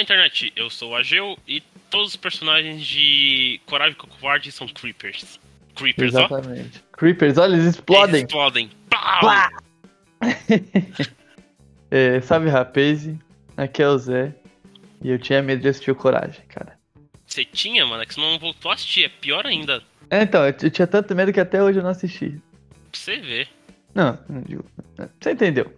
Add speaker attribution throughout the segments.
Speaker 1: internet, eu sou o Ageu e todos os personagens de Coragem com o Covarde são Creepers. Creepers, ó.
Speaker 2: Exatamente. Creepers, olha, eles explodem.
Speaker 1: Eles explodem. Pau!
Speaker 2: Plá! É, salve rapaze, aqui é o Zé. E eu tinha medo de assistir o Coragem, cara.
Speaker 1: Você tinha, mano, é que você não voltou a assistir, é pior ainda. Pra
Speaker 2: É, então, eu, eu tinha tanto medo que até hoje eu não assisti.
Speaker 1: você ver.
Speaker 2: Não, não digo. Você entendeu?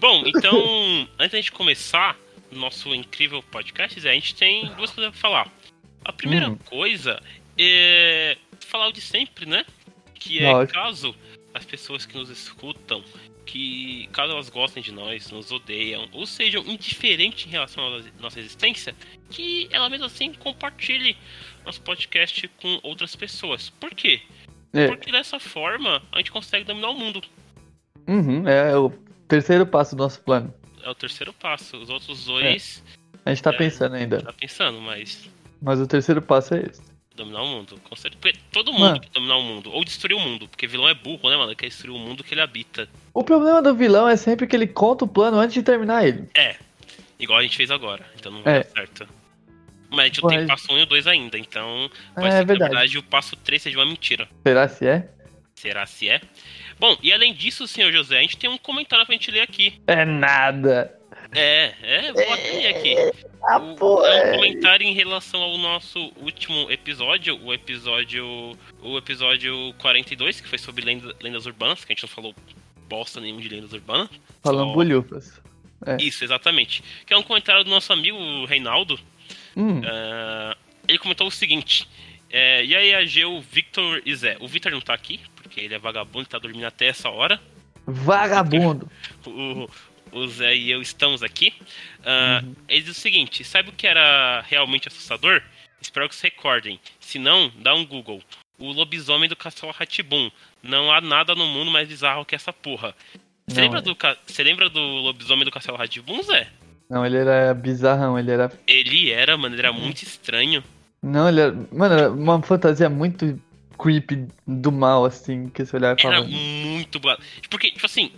Speaker 1: Bom, então, antes da gente começar o nosso incrível podcast, Zé, a gente tem duas coisas pra falar. A primeira
Speaker 2: Hum.
Speaker 1: coisa é falar o de sempre, né? Que é
Speaker 2: Lógico.
Speaker 1: caso as pessoas que nos escutam, que caso elas gostem de nós, nos odeiam, ou sejam indiferentes em relação à nossa- nossa existência, que ela mesmo assim compartilhe nosso podcast com outras pessoas. Por quê?
Speaker 2: É,
Speaker 1: Porque dessa forma a gente consegue dominar o mundo.
Speaker 2: uhum, é o terceiro passo do nosso plano.
Speaker 1: É o terceiro passo. Os outros dois.
Speaker 2: A gente tá
Speaker 1: É.
Speaker 2: pensando ainda,
Speaker 1: tá pensando, mas
Speaker 2: mas o terceiro passo é esse.
Speaker 1: dominar o mundo, com certeza. Porque todo mundo
Speaker 2: Mano.
Speaker 1: quer dominar o mundo, ou destruir o mundo, porque vilão é burro, né, mano? Ele Quer destruir o mundo que ele habita.
Speaker 2: O problema do vilão é sempre que ele conta o plano antes de terminar ele.
Speaker 1: É, Igual a gente fez agora, então não vai
Speaker 2: É.
Speaker 1: dar certo. Mas a gente não
Speaker 2: Porra,
Speaker 1: tem
Speaker 2: é-
Speaker 1: passo 1 e o 2 ainda, então vai
Speaker 2: É,
Speaker 1: ser que,
Speaker 2: é
Speaker 1: na
Speaker 2: verdade.
Speaker 1: verdade o passo 3 seja uma mentira.
Speaker 2: Será se é?
Speaker 1: Será se é? Bom, e além disso, senhor José, a gente tem um comentário pra gente ler aqui.
Speaker 2: É nada.
Speaker 1: É, é, vou abrir aqui.
Speaker 2: Ah,
Speaker 1: O-
Speaker 2: pô,
Speaker 1: é um
Speaker 2: é.
Speaker 1: comentário em relação ao nosso último episódio, o episódio. O episódio 42, que foi sobre lenda- lendas urbanas, que a gente não falou bosta nenhuma de lendas urbanas.
Speaker 2: Falando
Speaker 1: Só-
Speaker 2: bolhufas.
Speaker 1: Isso, exatamente. Que é um comentário do nosso amigo Reinaldo.
Speaker 2: Hum,
Speaker 1: Ah, ele comentou o seguinte. é, e aí, AG, o Victor e Zé. O Victor não tá aqui, porque ele é vagabundo, tá dormindo até essa hora.
Speaker 2: vagabundo.
Speaker 1: o, o Zé e eu estamos aqui. Ah,
Speaker 2: Uhum.
Speaker 1: Ele diz o seguinte: sabe o que era realmente assustador? Espero que se recordem. Se não, dá um Google. O lobisomem do castelo Ratibum. Não há nada no mundo mais bizarro que essa porra. Você
Speaker 2: Não,
Speaker 1: lembra,
Speaker 2: é.
Speaker 1: do, ca- você lembra do lobisomem do castelo Ratibum, Zé?
Speaker 2: Não, ele era bizarrão, ele era.
Speaker 1: Ele era, mano, ele era muito estranho.
Speaker 2: Não, ele era. Mano, era uma fantasia muito creepy do mal, assim, que você olhar e
Speaker 1: Era
Speaker 2: falava.
Speaker 1: muito. bugado. Porque, tipo assim,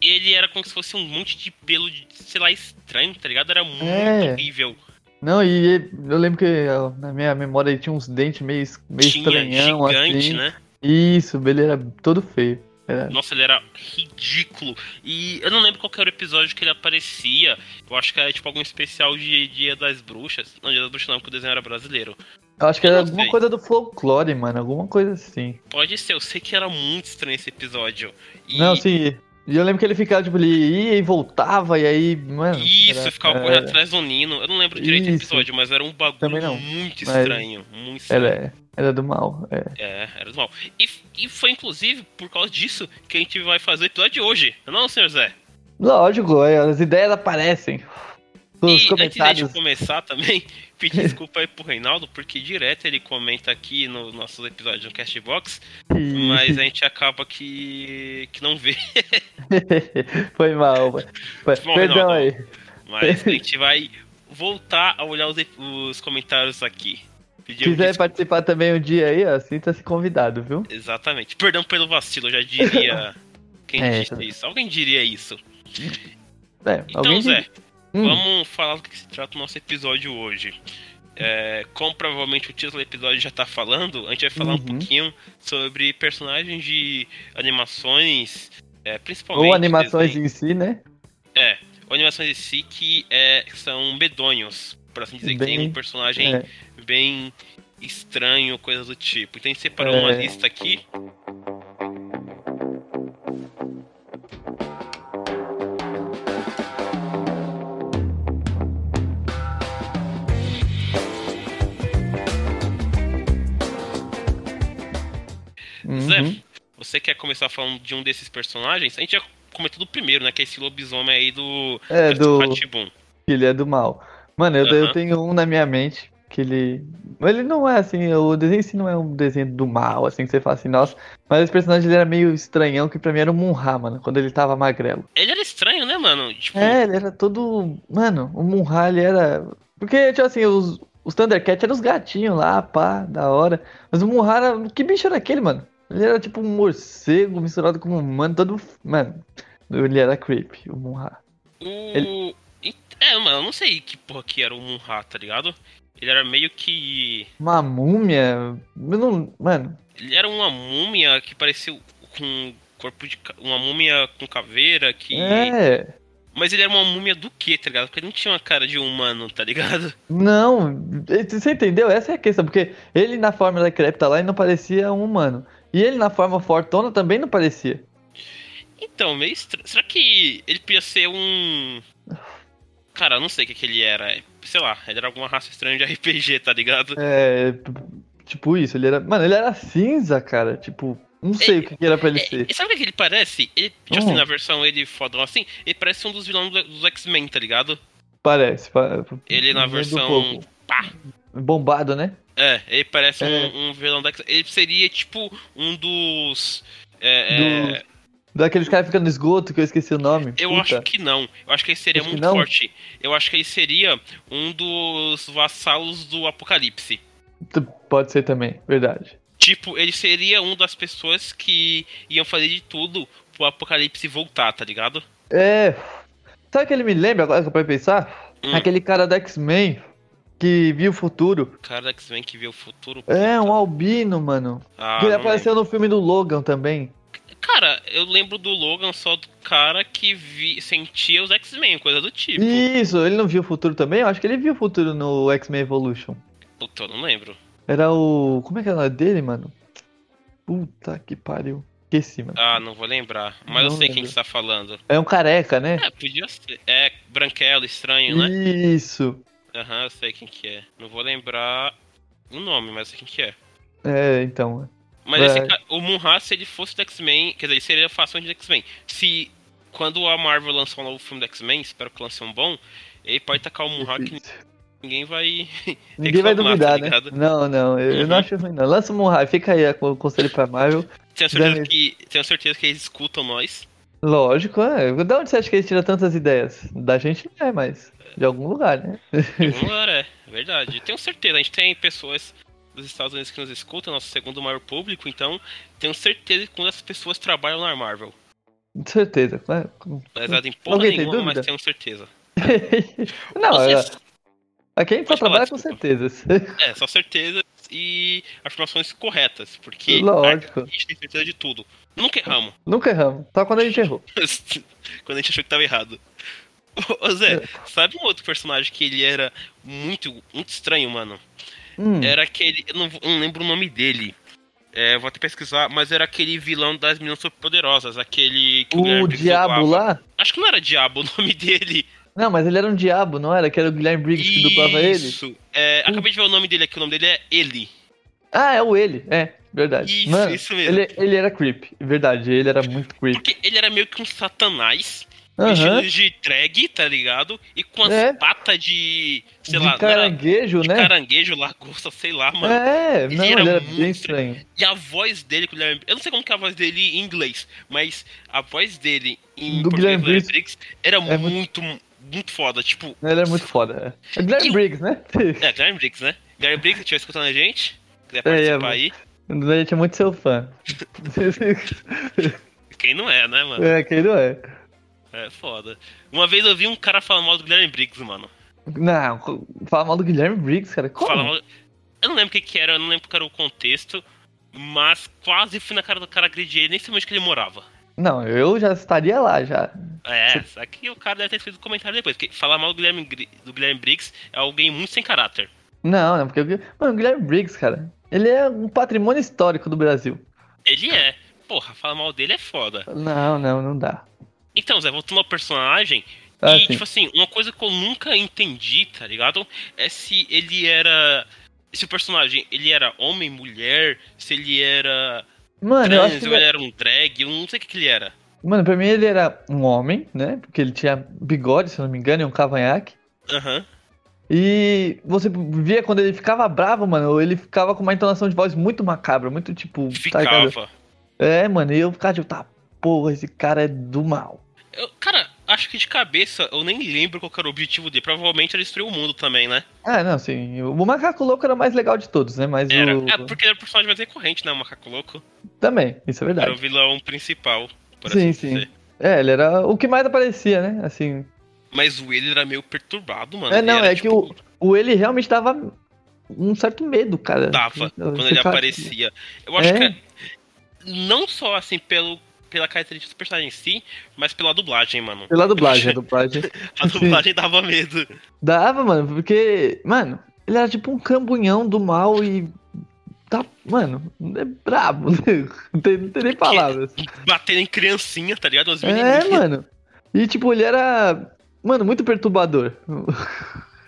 Speaker 1: ele era como se fosse um monte de pelo, de, sei lá, estranho, tá ligado? Era muito
Speaker 2: É.
Speaker 1: horrível.
Speaker 2: Não, e ele- eu lembro que ó, na minha memória ele tinha uns dentes meio, es- meio
Speaker 1: Tinha,
Speaker 2: estranhão,
Speaker 1: gigante,
Speaker 2: assim.
Speaker 1: né?
Speaker 2: Isso, ele era todo feio. Era...
Speaker 1: Nossa, ele era ridículo. E eu não lembro qual que era o episódio que ele aparecia. Eu acho que era tipo algum especial de Dia das Bruxas. Não, Dia das Bruxas não, porque o desenho era brasileiro.
Speaker 2: Eu acho que
Speaker 1: eu
Speaker 2: era
Speaker 1: não
Speaker 2: alguma
Speaker 1: sei.
Speaker 2: coisa do folclore, mano, alguma coisa assim.
Speaker 1: Pode ser, eu sei que era muito estranho esse episódio. E
Speaker 2: Não, sim. E eu lembro que ele ficava, tipo, ele ia e voltava, e aí, mano.
Speaker 1: Isso,
Speaker 2: era- é,
Speaker 1: ficava
Speaker 2: era-
Speaker 1: correndo atrás do Nino. Eu não lembro direito do
Speaker 2: Isso.
Speaker 1: episódio, mas era um
Speaker 2: Também
Speaker 1: bagulho
Speaker 2: não,
Speaker 1: muito
Speaker 2: mas- é.
Speaker 1: estranho. Muito estranho.
Speaker 2: Era, era do mal. É.
Speaker 1: É, era do mal. E, e foi inclusive por causa disso que a gente vai fazer o episódio de hoje. Não, senhor Zé?
Speaker 2: Lógico, é, as ideias aparecem. Os
Speaker 1: e antes da
Speaker 2: comentários.
Speaker 1: gente começar também, pedir desculpa aí pro Reinaldo, porque direto ele comenta aqui nos nossos episódios no Castbox,
Speaker 2: e-
Speaker 1: mas a gente acaba que, que não vê.
Speaker 2: Foi mal, mano. Foi-
Speaker 1: Bom,
Speaker 2: Perdão
Speaker 1: Reinaldo.
Speaker 2: aí.
Speaker 1: Mas a gente vai voltar a olhar os, ep- os comentários aqui. Pedir um
Speaker 2: Quiser
Speaker 1: desculpa.
Speaker 2: participar também um dia aí, ó, sinta-se convidado, viu?
Speaker 1: Exatamente. Perdão pelo vacilo, eu já diria. Quem
Speaker 2: É,
Speaker 1: disse
Speaker 2: tudo bem.
Speaker 1: isso? Alguém diria isso.
Speaker 2: É,
Speaker 1: Então,
Speaker 2: alguém
Speaker 1: Zé,
Speaker 2: Hum,
Speaker 1: Vamos falar do que se trata o nosso episódio hoje. É, como provavelmente o título do episódio já tá falando, a gente vai falar um
Speaker 2: Uhum.
Speaker 1: pouquinho sobre personagens de animações, é, principalmente.
Speaker 2: ou animações
Speaker 1: desenho-
Speaker 2: em si, né?
Speaker 1: É, ou animações em si que é, são medonhos, por assim dizer, que tem
Speaker 2: Bem-
Speaker 1: um personagem
Speaker 2: É.
Speaker 1: bem estranho, coisa do tipo. Então a gente separou uma
Speaker 2: É.
Speaker 1: lista aqui.
Speaker 2: Uhum.
Speaker 1: Zé, você quer começar falando de um desses personagens? A gente já comentou do primeiro, né? Que é esse lobisomem aí do
Speaker 2: É, do.
Speaker 1: Hatibum.
Speaker 2: que ele é do mal. Mano, eu,
Speaker 1: Aham.
Speaker 2: eu tenho um na minha mente que ele. Ele não é assim, o desenho em si não é um desenho do mal, assim, que você fala assim, nossa. Mas esse personagem ele era meio estranhão, que pra mim era um Munha, mano, quando ele tava magrelo.
Speaker 1: Ele era estranho, né, mano? Tipo,
Speaker 2: É, ele era todo. Mano, o Munha ele era. Porque, tipo assim, os, os Thundercats eram os gatinhos lá, pá, da hora. Mas o Munha era. Que bicho era aquele, mano? Ele era tipo um morcego misturado com um humano, todo. Mano, ele era creepy, o Munha.
Speaker 1: O. É, mano, eu não sei que porra que era o Munha, tá ligado? Ele era meio que.
Speaker 2: Uma múmia? Eu não. Mano.
Speaker 1: Ele era uma múmia que parecia com corpo de. ca- Uma múmia com caveira que.
Speaker 2: É.
Speaker 1: Mas ele era uma múmia do quê, tá ligado? Porque ele não tinha uma cara de humano, tá ligado?
Speaker 2: Não, você entendeu? Essa é a questão, porque ele na forma decrépita lá ele não parecia um humano. E ele na forma fortona também não parecia.
Speaker 1: Então, meio estranho. Será que ele podia ser um. Cara, eu não sei o que, que ele era. Sei lá, ele era alguma raça estranha de RPG, tá ligado?
Speaker 2: É, p- tipo isso, ele era. Mano, ele era cinza, cara. Tipo, não sei o que que era pra ele
Speaker 1: É,
Speaker 2: ser.
Speaker 1: e sabe o que ele parece? Ele, tipo
Speaker 2: Hum.
Speaker 1: assim, na versão ele fodão assim, ele parece um dos vilões do- dos X-Men, tá ligado?
Speaker 2: Parece. pa-
Speaker 1: Ele na
Speaker 2: lembra um
Speaker 1: versão
Speaker 2: pouco.
Speaker 1: pá.
Speaker 2: Bombado, né?
Speaker 1: É, ele parece
Speaker 2: É.
Speaker 1: Um, um vilão do X-Men. Ele seria tipo um dos. é, é,
Speaker 2: Daqueles caras que ficam no esgoto, que eu esqueci o nome.
Speaker 1: eu
Speaker 2: Puta.
Speaker 1: acho que não. Eu acho que ele seria
Speaker 2: Acho que
Speaker 1: muito
Speaker 2: não?
Speaker 1: forte. Eu acho que ele seria um dos vassalos do Apocalipse.
Speaker 2: Tu- Pode ser também, verdade.
Speaker 1: Tipo, ele seria um das pessoas que iam fazer de tudo pro Apocalipse voltar, tá ligado?
Speaker 2: É. Sabe o que ele me lembra agora que eu parei pra pensar?
Speaker 1: Hum.
Speaker 2: Aquele cara da X-Men que viu o futuro.
Speaker 1: O cara da X-Men que vê o futuro.
Speaker 2: É, um
Speaker 1: puta.
Speaker 2: albino, mano.
Speaker 1: Então. Ah,
Speaker 2: Que ele
Speaker 1: não
Speaker 2: apareceu no filme do Logan também.
Speaker 1: lembro. Cara, eu lembro do Logan só do cara que vi- sentia os X-Men, coisa do tipo.
Speaker 2: Isso, ele não viu o futuro também? Eu acho que ele viu o futuro no X-Men Evolution.
Speaker 1: Puta, eu não lembro.
Speaker 2: Era o. Como é que era o nome dele, mano? Puta que pariu. Esqueci, mano.
Speaker 1: Ah, não vou lembrar. Mas eu
Speaker 2: Não
Speaker 1: sei quem
Speaker 2: lembro.
Speaker 1: que você tá falando.
Speaker 2: É um careca, né?
Speaker 1: É, podia ser. É, branquelo, estranho, né?
Speaker 2: Isso.
Speaker 1: Aham, eu sei quem que é. Não vou lembrar o nome, mas eu sei quem que é.
Speaker 2: É, então.
Speaker 1: Mas
Speaker 2: É.
Speaker 1: esse cara, o Munha, se ele fosse do X-Men, quer dizer, ele seria fação de X-Men. Se quando a Marvel lançar um novo filme do X-Men, espero que lance um bom, ele pode tacar o Munha que
Speaker 2: difícil.
Speaker 1: ninguém vai.
Speaker 2: Ninguém vai
Speaker 1: reclamar,
Speaker 2: duvidar,
Speaker 1: tá
Speaker 2: né?
Speaker 1: ligado? Uhum.
Speaker 2: Não, não, eu, eu não acho ruim, não. Lança o Monrai, fica aí é, o conselho pra Marvel.
Speaker 1: Tenho certeza,
Speaker 2: Deve-
Speaker 1: que, tenho certeza que eles escutam nós.
Speaker 2: Lógico, é. Da onde você acha que eles tiram tantas ideias? Da gente não é, mas de algum lugar, né?
Speaker 1: Agora, é verdade. Tenho certeza, a gente tem pessoas dos Estados Unidos que nos escutam, nosso segundo maior público, então tenho certeza que quando essas pessoas trabalham na Marvel.
Speaker 2: Com é, certeza. claro.
Speaker 1: Baseado em porra
Speaker 2: Alguém tem
Speaker 1: nenhuma, mas
Speaker 2: dúvida?
Speaker 1: tenho certeza.
Speaker 2: Não,
Speaker 1: Vocês-
Speaker 2: é- quem só
Speaker 1: Pode falar,
Speaker 2: trabalha com
Speaker 1: desculpa.
Speaker 2: certezas.
Speaker 1: É, só certezas e afirmações corretas, porque
Speaker 2: Lógico.
Speaker 1: a gente tem certeza de tudo. Nunca erramos.
Speaker 2: Nunca erramos, só quando a gente errou.
Speaker 1: Quando a gente achou que tava errado. Ô, Ô
Speaker 2: É.
Speaker 1: Zé, sabe um outro personagem que ele era muito, muito estranho, mano?
Speaker 2: Hum,
Speaker 1: Era aquele. Eu não, vou- eu não lembro o nome dele. É, eu vou até pesquisar, mas era aquele vilão das meninas superpoderosas, aquele que
Speaker 2: o
Speaker 1: Guilherme Briggs
Speaker 2: diabo
Speaker 1: dublava.
Speaker 2: lá?
Speaker 1: Acho que não era Diabo o nome dele.
Speaker 2: Não, mas ele era um diabo, não era? Que era o Guilherme Briggs que dublava ele?
Speaker 1: Isso. É, acabei de ver o nome dele aqui, o nome dele é Ele.
Speaker 2: Ah, é o ele, é, verdade.
Speaker 1: Isso,
Speaker 2: Mano,
Speaker 1: isso mesmo.
Speaker 2: ele, ele era creep, verdade, ele era muito creep.
Speaker 1: Porque ele era meio que um satanás,
Speaker 2: Aham.
Speaker 1: vestido de drag, tá ligado? E com as
Speaker 2: É.
Speaker 1: patas de, sei
Speaker 2: de
Speaker 1: lá, não era-
Speaker 2: caranguejo,
Speaker 1: de
Speaker 2: né?
Speaker 1: caranguejo, lagosta, sei lá, mano.
Speaker 2: É,
Speaker 1: Ele
Speaker 2: não,
Speaker 1: era
Speaker 2: ele era
Speaker 1: muito
Speaker 2: bem estranho.
Speaker 1: E a voz dele, com o Guilherme... eu não sei como que é a voz dele em inglês, mas a voz dele em
Speaker 2: Do
Speaker 1: português
Speaker 2: Guilherme
Speaker 1: do Briggs era
Speaker 2: É
Speaker 1: muito, muito foda, tipo...
Speaker 2: Ele era muito foda. É. É Guilherme
Speaker 1: E o-
Speaker 2: Briggs, né?
Speaker 1: É, Guilherme Briggs, né? Guilherme Briggs, se estiver escutando a gente, quiser
Speaker 2: É, é,
Speaker 1: participar aí,
Speaker 2: A gente é muito seu fã.
Speaker 1: quem não é, né, mano?
Speaker 2: é, quem não é?
Speaker 1: É foda. Uma vez eu vi um cara falando mal do Guilherme Briggs, mano.
Speaker 2: Não, fala mal do Guilherme Briggs, cara. Como?
Speaker 1: Fala mal... Eu não lembro o que que era, eu não lembro qual era o contexto, mas quase fui na cara do cara agredir ele, nem sei onde que ele morava.
Speaker 2: Não, eu já estaria lá já.
Speaker 1: É, só que o cara deve ter escrito o comentário depois, porque falar mal do Guilherme, Gri- do Guilherme Briggs é alguém muito sem caráter.
Speaker 2: Não, não, porque. o Gui- Mano, o Guilherme Briggs, cara. Ele é um patrimônio histórico do Brasil.
Speaker 1: Ele é. Porra, falar mal dele é foda.
Speaker 2: Não, não, não dá.
Speaker 1: Então, Zé, voltando ao personagem,
Speaker 2: Ah,
Speaker 1: e,
Speaker 2: sim.
Speaker 1: tipo assim, uma coisa que eu nunca entendi, tá ligado? É se ele era... Se o personagem, ele era homem, mulher, se ele era
Speaker 2: Mano, eu acho
Speaker 1: trans,
Speaker 2: que.
Speaker 1: ou ele
Speaker 2: Ele... é-
Speaker 1: era um drag, eu não sei o que, que ele era.
Speaker 2: Mano, pra mim ele era um homem, né? Porque ele tinha bigode, se eu não me engano, e um cavanhaque.
Speaker 1: Aham.
Speaker 2: E você via quando ele ficava bravo, mano, ele ficava com uma entonação de voz muito macabra, muito tipo. tá ligado?
Speaker 1: Ficava.
Speaker 2: é, mano, e eu ficava tipo, tá, porra, esse cara é do mal.
Speaker 1: Eu- cara, acho que de cabeça eu nem lembro qual que era o objetivo dele. Provavelmente era destruir o mundo também, né?
Speaker 2: Ah, não, sim. O macaco louco era o mais legal de todos, né? Mas
Speaker 1: Era.
Speaker 2: o.
Speaker 1: É, porque ele era o personagem mais recorrente, né? O Macaco Louco.
Speaker 2: Também, isso é
Speaker 1: Era
Speaker 2: verdade.
Speaker 1: o vilão principal. por
Speaker 2: Sim,
Speaker 1: assim
Speaker 2: sim.
Speaker 1: dizer.
Speaker 2: É, ele era o que mais aparecia, né? Assim,
Speaker 1: Mas o ele era meio perturbado, mano.
Speaker 2: É,
Speaker 1: Ele
Speaker 2: não,
Speaker 1: era,
Speaker 2: é que
Speaker 1: tipo,
Speaker 2: o, o ele realmente dava um certo medo, cara. Assim,
Speaker 1: Dava, quando
Speaker 2: é Você
Speaker 1: ele
Speaker 2: fala-
Speaker 1: aparecia. Eu acho
Speaker 2: É.
Speaker 1: que não só assim pelo pela característica do personagem em si, mas pela dublagem, mano.
Speaker 2: Pela dublagem, a dublagem.
Speaker 1: A dublagem dava medo.
Speaker 2: Dava, mano, porque, mano, ele era tipo um cambunhão do mal e. Tá, mano, é brabo, né? Não tem, não tem nem palavras.
Speaker 1: Batendo em criancinha, tá ligado? Os
Speaker 2: É, mano. E tipo, ele era. Mano, muito perturbador.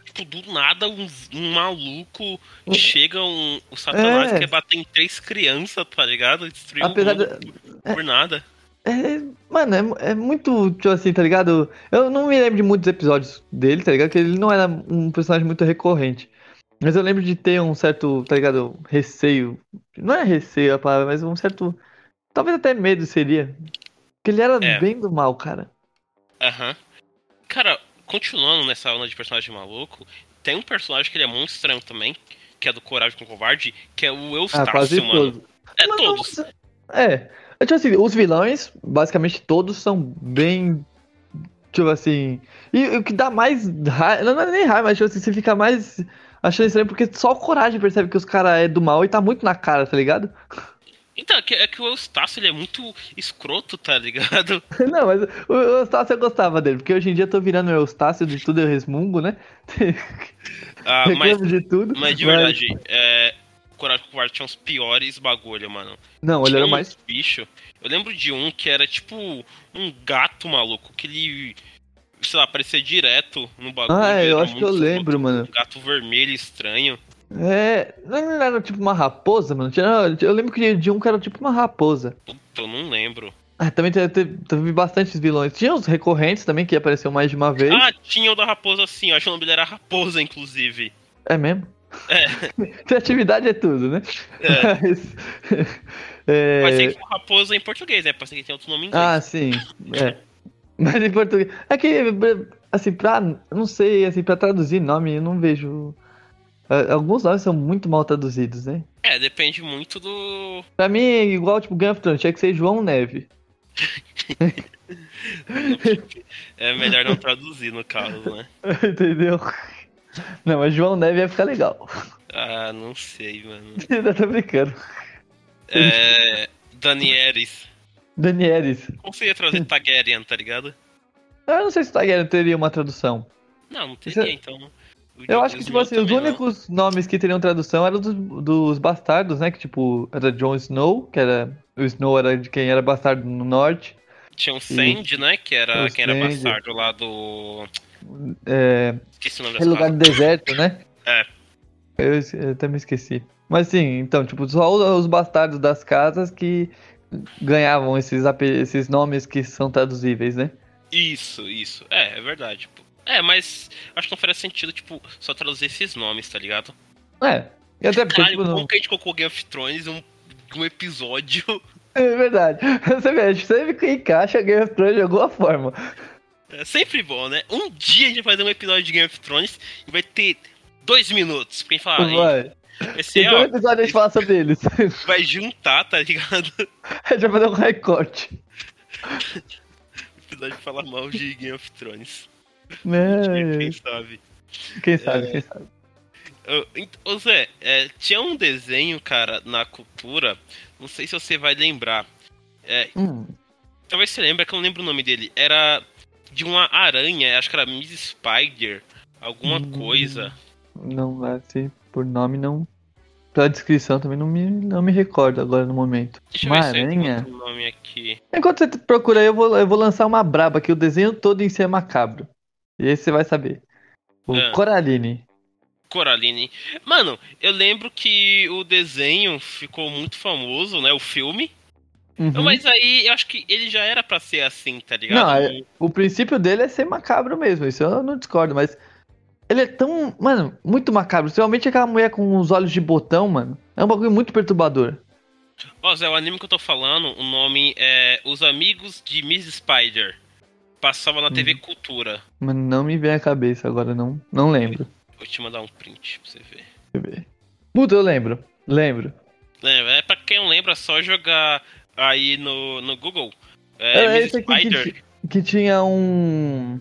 Speaker 1: Tipo, do nada, um, um maluco chega, um, o Satanás
Speaker 2: É.
Speaker 1: quer bater em três crianças, tá ligado? Destruir o
Speaker 2: Apesar
Speaker 1: mundo por nada.
Speaker 2: É, mano, é mu- é, muito, tipo assim, tá ligado? Eu não me lembro de muitos episódios dele, tá ligado? Porque ele não era um personagem muito recorrente. Mas eu lembro de ter um certo, tá ligado? Receio. Não é receio a palavra, mas um certo. Talvez até medo seria. Porque ele era
Speaker 1: É.
Speaker 2: bem do mal, cara.
Speaker 1: Aham. Cara, continuando nessa onda de personagem maluco, tem um personagem que ele é muito estranho também, que é do Coragem com o Covarde, que é o
Speaker 2: Ah, quase
Speaker 1: Eustácio, mano.
Speaker 2: todos.
Speaker 1: É
Speaker 2: Mas assim? não-
Speaker 1: todos.
Speaker 2: É. É, Tipo assim, os vilões, basicamente todos são bem. Tipo assim. E o que dá mais raiva. Não é nem raiva, mas tipo assim, você fica mais achando estranho porque só o coragem percebe que os caras é do mal e tá muito na cara, tá ligado?
Speaker 1: Então, é que, é que o Eustácio ele é muito escroto, tá ligado?
Speaker 2: Não, mas o o Eustácio eu gostava dele, porque hoje em dia eu tô virando o Eustácio de tudo, eu resmungo, né?
Speaker 1: Ah, mas,
Speaker 2: Reclamo de tudo.
Speaker 1: mas de verdade, é, o Coragem com o Covarde tinha uns piores bagulho, mano.
Speaker 2: Não, ele
Speaker 1: Tinha
Speaker 2: era
Speaker 1: uns
Speaker 2: mais.
Speaker 1: bicho. Eu lembro de um que era tipo um gato maluco, que ele, sei lá, aparecia direto no bagulho.
Speaker 2: Ah, eu
Speaker 1: era
Speaker 2: acho que
Speaker 1: muito
Speaker 2: eu
Speaker 1: escroto.
Speaker 2: lembro, mano.
Speaker 1: Um gato vermelho estranho.
Speaker 2: É. Não não era tipo uma raposa, mano. Tinha- Eu lembro que de um que era tipo uma raposa.
Speaker 1: Puta, eu não lembro.
Speaker 2: Ah, também te- te- teve bastantes vilões. Tinha os recorrentes também, que apareceu mais de uma vez.
Speaker 1: Ah, tinha o da raposa sim, eu acho que o nome dele era Raposa, inclusive.
Speaker 2: É mesmo? Criatividade é tudo, né?
Speaker 1: É.
Speaker 2: Mas, é,
Speaker 1: Mas tem que o raposa em português, né? Parece que tem outro nome em inglês.
Speaker 2: Ah, sim. É. Mas em português. É que, assim, pra. Não sei, assim, pra traduzir nome, eu não vejo. Ah, Alguns nomes são muito mal traduzidos, né?
Speaker 1: É, depende muito do.
Speaker 2: Pra mim é igual, tipo, Game of Thrones, tinha que ser João Neve.
Speaker 1: É melhor não traduzir, no caso, né?
Speaker 2: Entendeu? Não, mas João Neve ia ficar legal.
Speaker 1: Ah, não sei, mano.
Speaker 2: Não tô brincando.
Speaker 1: É. Danielis.
Speaker 2: Danielis.
Speaker 1: Como você ia trazer Targaryen, tá ligado?
Speaker 2: Eu não sei se o Targaryen teria uma tradução.
Speaker 1: Não, não
Speaker 2: Isso é-
Speaker 1: teria, então. O
Speaker 2: Eu
Speaker 1: Jon
Speaker 2: acho que,
Speaker 1: Snow
Speaker 2: tipo assim, os
Speaker 1: também não.
Speaker 2: únicos nomes que teriam tradução eram dos, dos bastardos, né? Que, tipo, era Jon Snow, que era... O Snow era de quem era bastardo no norte.
Speaker 1: Tinha o Sand, né? Que
Speaker 2: Tinha
Speaker 1: era
Speaker 2: o
Speaker 1: quem era
Speaker 2: Sand.
Speaker 1: bastardo lá do.
Speaker 2: É...
Speaker 1: Esqueci o nome das
Speaker 2: Aquele lugar
Speaker 1: casas.
Speaker 2: do deserto, né?
Speaker 1: É.
Speaker 2: Eu, es- eu até me esqueci. Mas, sim, então, tipo, só os, os bastardos das casas que ganhavam esses, ape- esses nomes que são traduzíveis, né?
Speaker 1: Isso, isso. É, é verdade. pô. É, mas acho que não faria sentido, tipo, só traduzir esses nomes, tá ligado?
Speaker 2: É. E até porque,
Speaker 1: Caralho,
Speaker 2: tipo, não...
Speaker 1: como que a gente colocou Game of Thrones um, um episódio?
Speaker 2: É verdade. Você vê, a gente sempre que encaixa Game of Thrones de alguma forma.
Speaker 1: É sempre bom, né? Um dia a gente vai fazer um episódio de Game of Thrones e vai ter dois minutos. Quem falar, hein?
Speaker 2: Tipo, Vai.
Speaker 1: Esse,
Speaker 2: Então,
Speaker 1: ó,
Speaker 2: episódio a gente fala sobre eles.
Speaker 1: vai juntar, tá ligado?
Speaker 2: A gente vai fazer um recorte.
Speaker 1: episódio de falar mal de Game of Thrones. Quem
Speaker 2: Né?
Speaker 1: sabe?
Speaker 2: Quem sabe,
Speaker 1: É.
Speaker 2: quem sabe.
Speaker 1: Ô, ent- Ô Zé, é, tinha um desenho, cara, na cultura, não sei se você vai lembrar.
Speaker 2: Hum,
Speaker 1: Talvez você lembre, é que eu não lembro o nome dele. Era de uma aranha, acho que era Miss Spider, alguma
Speaker 2: Hum.
Speaker 1: coisa.
Speaker 2: não, assim, por nome não. Pela descrição também não me, não me recordo agora no momento.
Speaker 1: Deixa eu
Speaker 2: Uma
Speaker 1: ver se eu
Speaker 2: aranha?
Speaker 1: encontro o nome aqui.
Speaker 2: Enquanto você procura aí, eu vou, eu vou lançar uma braba que o desenho todo em si é macabro. E aí você vai saber. O
Speaker 1: Ah.
Speaker 2: Coraline.
Speaker 1: Coraline. Mano, eu lembro que o desenho ficou muito famoso, né? O filme.
Speaker 2: Uhum.
Speaker 1: Mas aí eu acho que ele já era pra ser assim, tá ligado?
Speaker 2: Não, é- O princípio dele é ser macabro mesmo, isso eu não discordo, mas. Ele é tão. Mano, muito macabro. Principalmente aquela mulher com os olhos de botão, mano. É um bagulho muito perturbador.
Speaker 1: Ó, Zé, é o anime que eu tô falando, o nome é Os Amigos de Miss Spider. Passava na
Speaker 2: Uhum.
Speaker 1: TV Cultura.
Speaker 2: Mas não me vem à cabeça agora, não, não lembro.
Speaker 1: Vou te mandar um print pra você ver.
Speaker 2: Deixa eu ver. Puta, eu lembro. Lembro.
Speaker 1: Lembra? É, pra quem não lembra, é só jogar aí no, no Google. É,
Speaker 2: Era
Speaker 1: Miss
Speaker 2: esse aqui que,
Speaker 1: Spider.
Speaker 2: ti- que tinha um.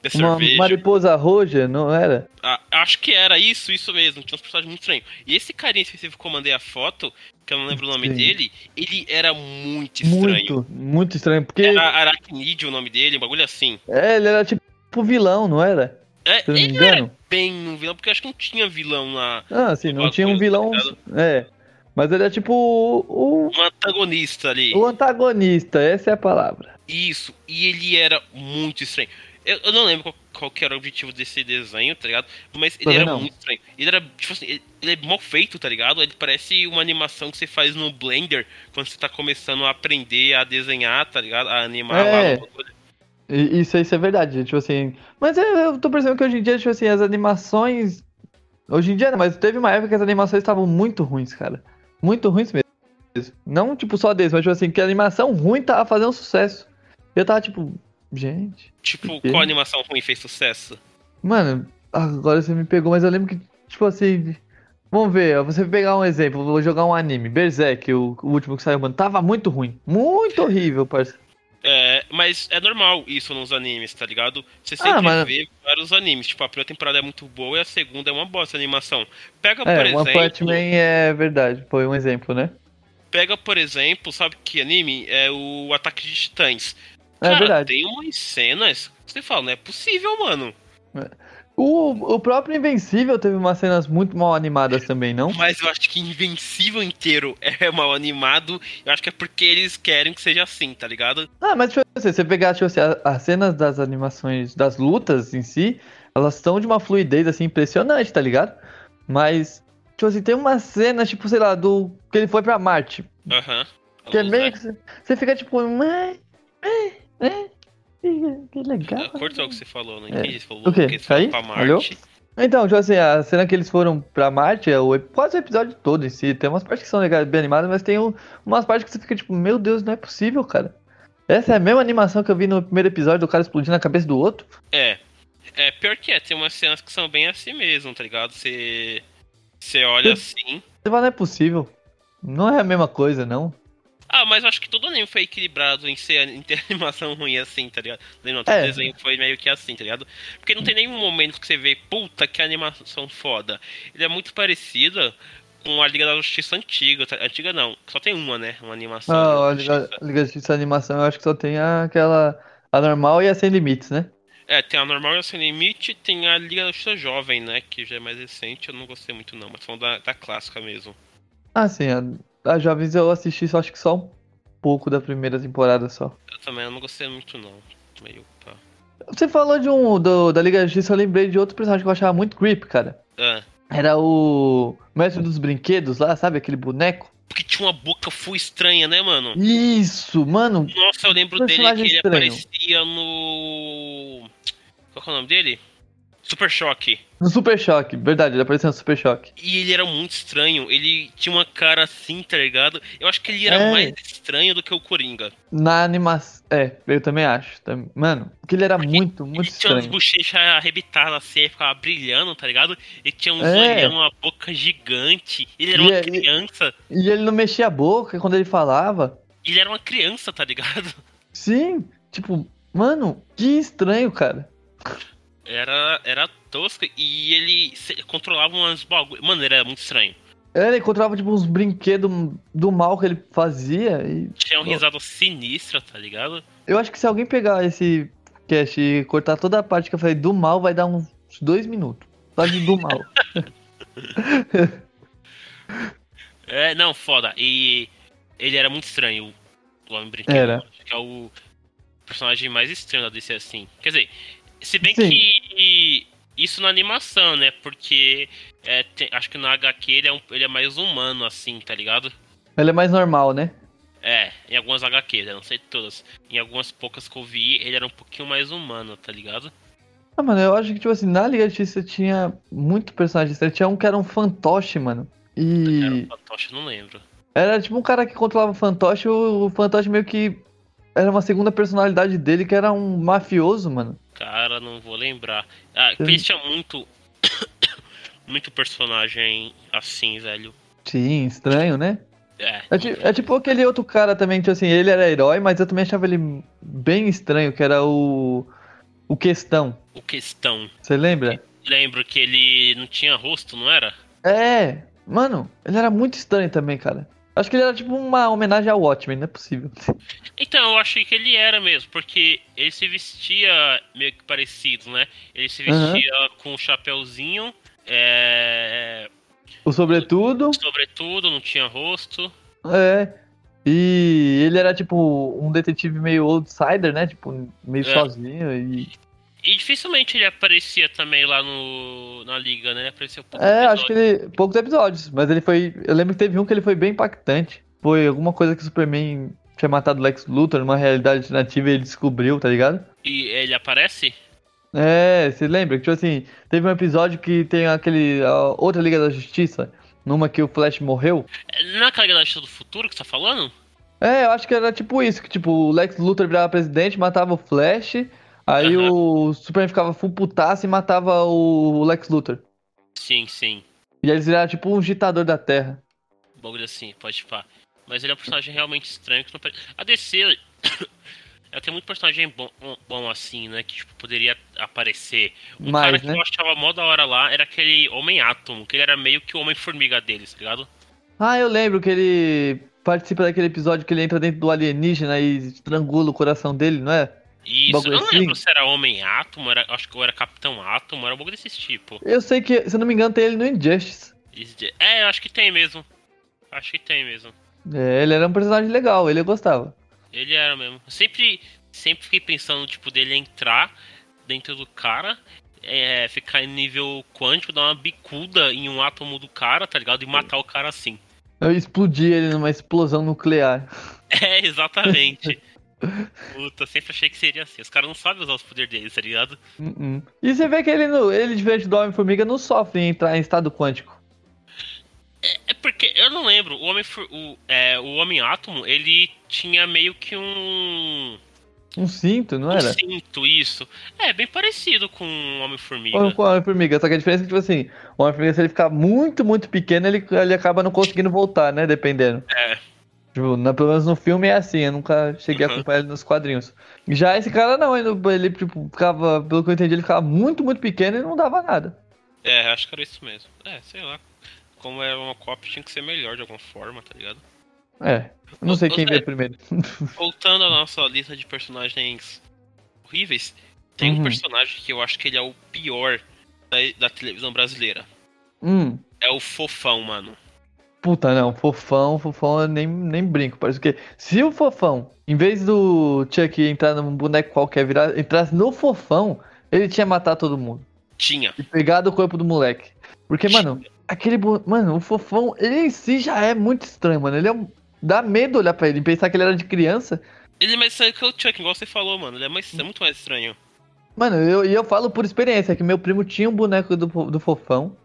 Speaker 1: da
Speaker 2: Uma
Speaker 1: cerveja.
Speaker 2: mariposa roja, não era?
Speaker 1: Ah, acho que era isso, isso mesmo. Tinha uns personagens muito estranhos. E esse carinha específico que eu mandei a foto, que eu não lembro o nome
Speaker 2: Sim.
Speaker 1: dele, ele era muito estranho.
Speaker 2: Muito, muito estranho. Porque
Speaker 1: Era Arachnid o nome dele, um bagulho assim.
Speaker 2: é, ele era tipo vilão, não era?
Speaker 1: É,
Speaker 2: Se eu não me
Speaker 1: ele era
Speaker 2: engano.
Speaker 1: bem um vilão, porque eu acho que não tinha vilão lá.
Speaker 2: Ah, sim, não
Speaker 1: Alguma
Speaker 2: tinha um
Speaker 1: coisa,
Speaker 2: vilão.
Speaker 1: tá ligado?
Speaker 2: É. Mas ele é tipo o,
Speaker 1: Um antagonista ali.
Speaker 2: o antagonista, essa é a palavra.
Speaker 1: Isso, e ele era muito estranho. Eu, eu não lembro qual, qual que era o objetivo desse desenho, tá ligado? Mas ele
Speaker 2: Também
Speaker 1: era
Speaker 2: não.
Speaker 1: muito estranho. Ele era, tipo assim, ele, ele é mal feito, tá ligado? Ele parece uma animação que você faz no Blender quando você tá começando a aprender a desenhar, tá ligado? A animar
Speaker 2: É.
Speaker 1: lá. no bagulho.
Speaker 2: E- isso, isso é verdade, tipo assim. Mas eu, eu tô percebendo que hoje em dia, tipo assim, as animações. Hoje em dia, não, mas teve uma época que as animações estavam muito ruins, cara. Muito ruins mesmo. Não, tipo, só desse, mas tipo assim, que a animação ruim tava fazendo sucesso. Eu tava tipo, gente.
Speaker 1: Tipo,
Speaker 2: Sim.
Speaker 1: qual animação ruim fez sucesso?
Speaker 2: Mano, agora você me pegou, mas eu lembro que, tipo assim. Vamos ver, ó, você pegar um exemplo, vou jogar um anime, Berserk, o, o último que saiu, mano, tava muito ruim. Muito horrível, parceiro.
Speaker 1: É, mas é normal isso nos animes, tá ligado? Você sempre
Speaker 2: Ah, mas-
Speaker 1: vê vários animes. Tipo, a primeira temporada é muito boa e a segunda é uma bosta a animação. Pega, por
Speaker 2: É,
Speaker 1: exemplo.
Speaker 2: One Punch Man é verdade, foi um exemplo, né?
Speaker 1: Pega, por exemplo, sabe que anime? É o Ataque de Titãs.
Speaker 2: É
Speaker 1: Cara,
Speaker 2: verdade.
Speaker 1: tem umas cenas que você fala, não é possível, mano.
Speaker 2: O, o próprio Invencível teve umas cenas muito mal animadas também, não?
Speaker 1: Mas eu acho que Invencível inteiro é mal animado. Eu acho que é porque eles querem que seja assim, tá ligado?
Speaker 2: Ah, mas tipo assim, você pegar, tipo assim, a- as cenas das animações, das lutas em si, elas estão de uma fluidez assim impressionante, tá ligado? Mas, tipo assim, tem uma cena, tipo, sei lá, do. Que ele foi pra Marte.
Speaker 1: Aham.
Speaker 2: Que é
Speaker 1: Vamos
Speaker 2: meio
Speaker 1: lá.
Speaker 2: que. Você fica tipo. "Mãe, mãe, mãe, Que que legal.
Speaker 1: Ah, Cortou o que você falou, não
Speaker 2: É.
Speaker 1: entendi. Você falou
Speaker 2: O quê?
Speaker 1: que eles foram
Speaker 2: Caiu?
Speaker 1: pra Marte.
Speaker 2: Alô? Então, tipo assim, a cena que eles foram pra Marte, é o, ep- quase o episódio todo em si. Tem umas partes que são legais, bem animadas, mas tem um- umas partes que você fica tipo, meu Deus, não é possível, cara. Essa é a mesma animação que eu vi no primeiro episódio do cara explodindo a cabeça do outro.
Speaker 1: É. É, pior que é, tem umas cenas que são bem assim mesmo, tá ligado? Você. Você olha assim.
Speaker 2: Você fala, não é possível. Não é a mesma coisa, não.
Speaker 1: Ah, mas eu acho que todo anime foi equilibrado em, ser, em ter animação ruim assim, tá ligado? Não, todo
Speaker 2: É.
Speaker 1: desenho foi meio que assim, tá ligado? Porque não tem nenhum momento que você vê, puta, que animação foda. Ele é muito parecida com a Liga da Justiça antiga. tá- Antiga não, só tem uma, né? Uma animação.
Speaker 2: Ah,
Speaker 1: da Liga da
Speaker 2: a Liga,
Speaker 1: Justiça.
Speaker 2: a Liga da Justiça Animação, eu acho que só tem a- aquela. A normal e a sem limites, né?
Speaker 1: É, tem a normal e a sem limite, tem a Liga da Justiça Jovem, né? Que já é mais recente, eu não gostei muito não, mas falando da, da clássica mesmo.
Speaker 2: Ah, sim, a, a Jovens eu assisti, só acho que só um pouco da primeira temporada só.
Speaker 1: Eu também eu não gostei muito não. Meio pá.
Speaker 2: Você falou de um do- da Liga da Justiça, eu lembrei de outro personagem que eu achava muito creep, cara.
Speaker 1: Ah,
Speaker 2: Era o mestre dos brinquedos lá, sabe? Aquele boneco.
Speaker 1: porque tinha uma boca full estranha, né, mano?
Speaker 2: Isso, mano.
Speaker 1: Nossa, eu lembro dele que
Speaker 2: Personagem
Speaker 1: ele
Speaker 2: estranho.
Speaker 1: aparecia no. Qual que é o nome dele? Super Choque.
Speaker 2: No Super Choque, verdade, ele apareceu no Super Choque.
Speaker 1: E ele era muito estranho. Ele tinha uma cara assim, tá ligado? Eu acho que ele era
Speaker 2: É.
Speaker 1: mais estranho do que o Coringa.
Speaker 2: Na animação. É, eu também acho. tam- Mano, porque ele era
Speaker 1: Porque
Speaker 2: muito, muito
Speaker 1: ele tinha umas
Speaker 2: estranho.
Speaker 1: bochechas arrebitadas assim, aí ficava brilhando, tá ligado? Ele tinha uns
Speaker 2: É.
Speaker 1: olhão, uma boca gigante. Ele era
Speaker 2: E
Speaker 1: uma
Speaker 2: é- e-
Speaker 1: criança.
Speaker 2: E ele não mexia a boca quando ele falava.
Speaker 1: Ele era uma criança, tá ligado?
Speaker 2: Sim, tipo, mano, que estranho, cara.
Speaker 1: Era, era tosco. E ele se- controlava umas bagulho. Mano, ele era muito estranho.
Speaker 2: Ele encontrava, tipo, uns brinquedos do mal que ele fazia e.
Speaker 1: Tinha um
Speaker 2: Pô.
Speaker 1: risado sinistro, tá ligado?
Speaker 2: Eu acho que se alguém pegar esse cast e cortar toda a parte que eu falei do mal, vai dar uns dois minutos. Só de do mal.
Speaker 1: É, não, foda. E ele era muito estranho, o Homem Brinquedo.
Speaker 2: Era.
Speaker 1: Acho que é o personagem mais estranho da DC, assim. Quer dizer, se bem
Speaker 2: Sim.
Speaker 1: que isso na animação, né? Porque é, tem- acho que na HQ ele é, um- ele é mais humano, assim, tá ligado?
Speaker 2: Ele é mais normal, né?
Speaker 1: É, em algumas HQs, né? não sei todas. Em algumas poucas que eu vi, ele era um pouquinho mais humano, tá ligado?
Speaker 2: Ah, mano, eu acho que, tipo assim, na Liga da Justiça tinha muito personagem estranho. Tinha um que era um fantoche, mano.
Speaker 1: Era um
Speaker 2: E
Speaker 1: fantoche, eu não lembro.
Speaker 2: era tipo um cara que controlava o fantoche, o, o fantoche meio que era uma segunda personalidade dele, que era um mafioso, mano.
Speaker 1: Cara, não vou lembrar. Ah,
Speaker 2: Eu-
Speaker 1: ele tinha muito. muito personagem assim, velho.
Speaker 2: Sim, estranho, né?
Speaker 1: É.
Speaker 2: É, ti- é tipo aquele outro cara também, tipo assim, ele era herói, mas eu também achava ele bem estranho, que era o. O Questão.
Speaker 1: o Questão.
Speaker 2: Você lembra?
Speaker 1: Lembro que ele não tinha rosto, não era?
Speaker 2: É, mano, ele era muito estranho também, cara. Acho que ele era tipo uma homenagem ao Watchmen, não é possível.
Speaker 1: Então, eu achei que ele era mesmo, porque ele se vestia meio que parecido, né? Ele se
Speaker 2: Aham.
Speaker 1: vestia com um chapéuzinho, é,
Speaker 2: O sobretudo,
Speaker 1: sobretudo, não tinha rosto.
Speaker 2: é. E ele era tipo um detetive meio outsider, né? Tipo, meio
Speaker 1: É.
Speaker 2: sozinho e.
Speaker 1: E dificilmente ele aparecia também lá no, na liga, né? Ele apareceu pouco
Speaker 2: É, acho que ele. Poucos episódios, mas ele foi. Eu lembro que teve um que ele foi bem impactante. Foi alguma coisa que o Superman tinha matado o Lex Luthor numa realidade alternativa e ele descobriu, tá ligado?
Speaker 1: E ele aparece?
Speaker 2: É, você lembra? que Tipo assim, teve um episódio que tem aquele. a outra Liga da Justiça, numa que o Flash morreu.
Speaker 1: Não é aquela galera do futuro que você tá falando?
Speaker 2: É, eu acho que era tipo isso, que tipo, o Lex Luthor virava presidente, matava o Flash, aí
Speaker 1: Aham.
Speaker 2: o Superman ficava full putaço e matava o Lex Luthor.
Speaker 1: Sim, sim.
Speaker 2: E aí eles viraram tipo um ditador da Terra.
Speaker 1: Um bagulho assim, pode pá. Mas ele é um personagem realmente estranho. Que não pare- A DC, ela tem muito personagem bom, bom assim, né? Que tipo, poderia aparecer. Um cara
Speaker 2: Mas,
Speaker 1: que
Speaker 2: né?
Speaker 1: eu achava mó da hora lá era aquele Homem-Átomo, que ele era meio que o Homem-Formiga deles, tá ligado?
Speaker 2: Ah, eu lembro que ele participa daquele episódio que ele entra dentro do alienígena e estrangula o coração dele, não é?
Speaker 1: Isso,
Speaker 2: Bagulho
Speaker 1: eu não lembro
Speaker 2: assim?
Speaker 1: se era Homem-Átomo, era, acho que eu era Capitão Átomo, era um bagulho desse tipo.
Speaker 2: Eu sei que, se eu não me engano, tem ele no Injustice.
Speaker 1: É, eu acho que tem mesmo. Acho que tem mesmo.
Speaker 2: É, ele era um personagem legal, ele eu gostava.
Speaker 1: Ele era mesmo. Eu Sempre, sempre fiquei pensando, tipo, dele entrar dentro do cara, é, ficar em nível quântico, dar uma bicuda em um átomo do cara, tá ligado? E matar o cara assim.
Speaker 2: Eu explodi ele numa explosão nuclear.
Speaker 1: É, exatamente. Puta, sempre achei que seria assim. Os caras não sabem usar os poderes deles, tá ligado?
Speaker 2: Uh-uh. E você vê que ele, no- ele diferente do Homem-Formiga, não sofre em entrar em estado quântico.
Speaker 1: É porque, eu não lembro, o homem Fu- o, é, o homem átomo, ele tinha meio que um,
Speaker 2: Um cinto, não
Speaker 1: um
Speaker 2: era?
Speaker 1: cinto, isso. É, bem parecido com o Homem-Formiga.
Speaker 2: Com com a Homem-Formiga, só que a diferença é que, tipo assim, o Homem-Formiga, se ele ficar muito, muito pequeno, ele, ele acaba não conseguindo voltar, né? Dependendo.
Speaker 1: É.
Speaker 2: Tipo, na, pelo menos no filme é assim, eu nunca cheguei
Speaker 1: Uhum.
Speaker 2: a acompanhar ele nos quadrinhos. Já esse cara não, ele, ele tipo, ficava, pelo que eu entendi, ele ficava muito, muito pequeno e não dava nada.
Speaker 1: É, acho que era isso mesmo. É, sei lá. Como era uma cópia, tinha que ser melhor de alguma forma, tá ligado?
Speaker 2: É. Não sei
Speaker 1: Ô,
Speaker 2: quem
Speaker 1: Zé.
Speaker 2: veio primeiro.
Speaker 1: Voltando à nossa lista de personagens horríveis, tem um
Speaker 2: Uhum.
Speaker 1: personagem que eu acho que ele é o pior da, da televisão brasileira.
Speaker 2: hum.
Speaker 1: É o Fofão, mano.
Speaker 2: Puta, não, fofão, fofão, eu nem, nem brinco. Parece que se o fofão, em vez do Chuck entrar num boneco qualquer, virar, entrasse no fofão, ele tinha matado todo mundo
Speaker 1: Tinha.
Speaker 2: e pegado o corpo do moleque. Porque, mano, aquele. bo- Mano, o fofão, ele em si já é muito estranho, mano. Ele é um. Dá medo olhar pra ele, pensar que ele era de criança.
Speaker 1: Ele é mais estranho que o Chuck, igual você falou, mano. Ele é, mais, é muito mais estranho.
Speaker 2: Mano, eu, e eu falo por experiência que meu primo tinha um boneco do, fo- do fofão.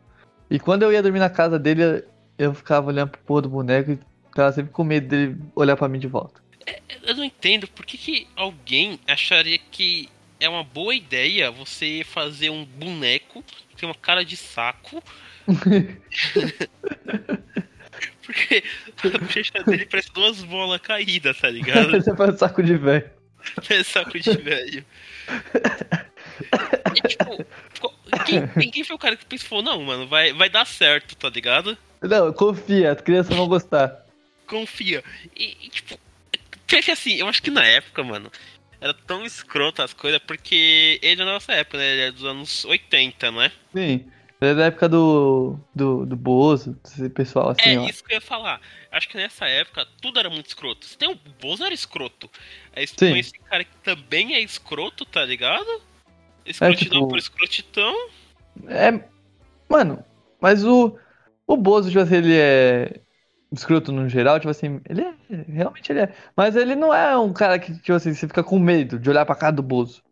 Speaker 2: E quando eu ia dormir na casa dele, eu- eu ficava olhando pro porra do boneco e ficava sempre com medo dele olhar pra mim de volta.
Speaker 1: Eu não entendo por que, que alguém acharia que é uma boa ideia você fazer um boneco que tem uma cara de saco. Porque a bochecha dele parece duas bolas caídas, tá ligado?
Speaker 2: Você faz um saco de velho.
Speaker 1: Parece saco de velho. E, tipo, qual- quem, quem foi o cara que pensou, falou, não, mano, vai, vai dar certo, tá ligado?
Speaker 2: Não, confia, as crianças vão gostar.
Speaker 1: confia. E, e, tipo, pior que assim, eu acho que na época, mano, era tão escrota as coisas, porque ele é da nossa época, né? Ele é dos anos 80, né?
Speaker 2: Sim. Era da época do. do, do Bozo, esse pessoal assim,
Speaker 1: é,
Speaker 2: ó.
Speaker 1: isso que eu ia falar. Acho que nessa época tudo era muito escroto. Você tem um Bozo era escroto. Aí você
Speaker 2: Sim.
Speaker 1: põe esse cara que também é escroto, tá ligado? Escrotidão
Speaker 2: tipo-
Speaker 1: por escrotidão.
Speaker 2: É. Mano, mas o. O Bozo, tipo assim, ele é. Escroto no geral, tipo assim, ele é. Realmente ele é. Mas ele não é um cara que, tipo assim, você fica com medo de olhar pra cara do Bozo.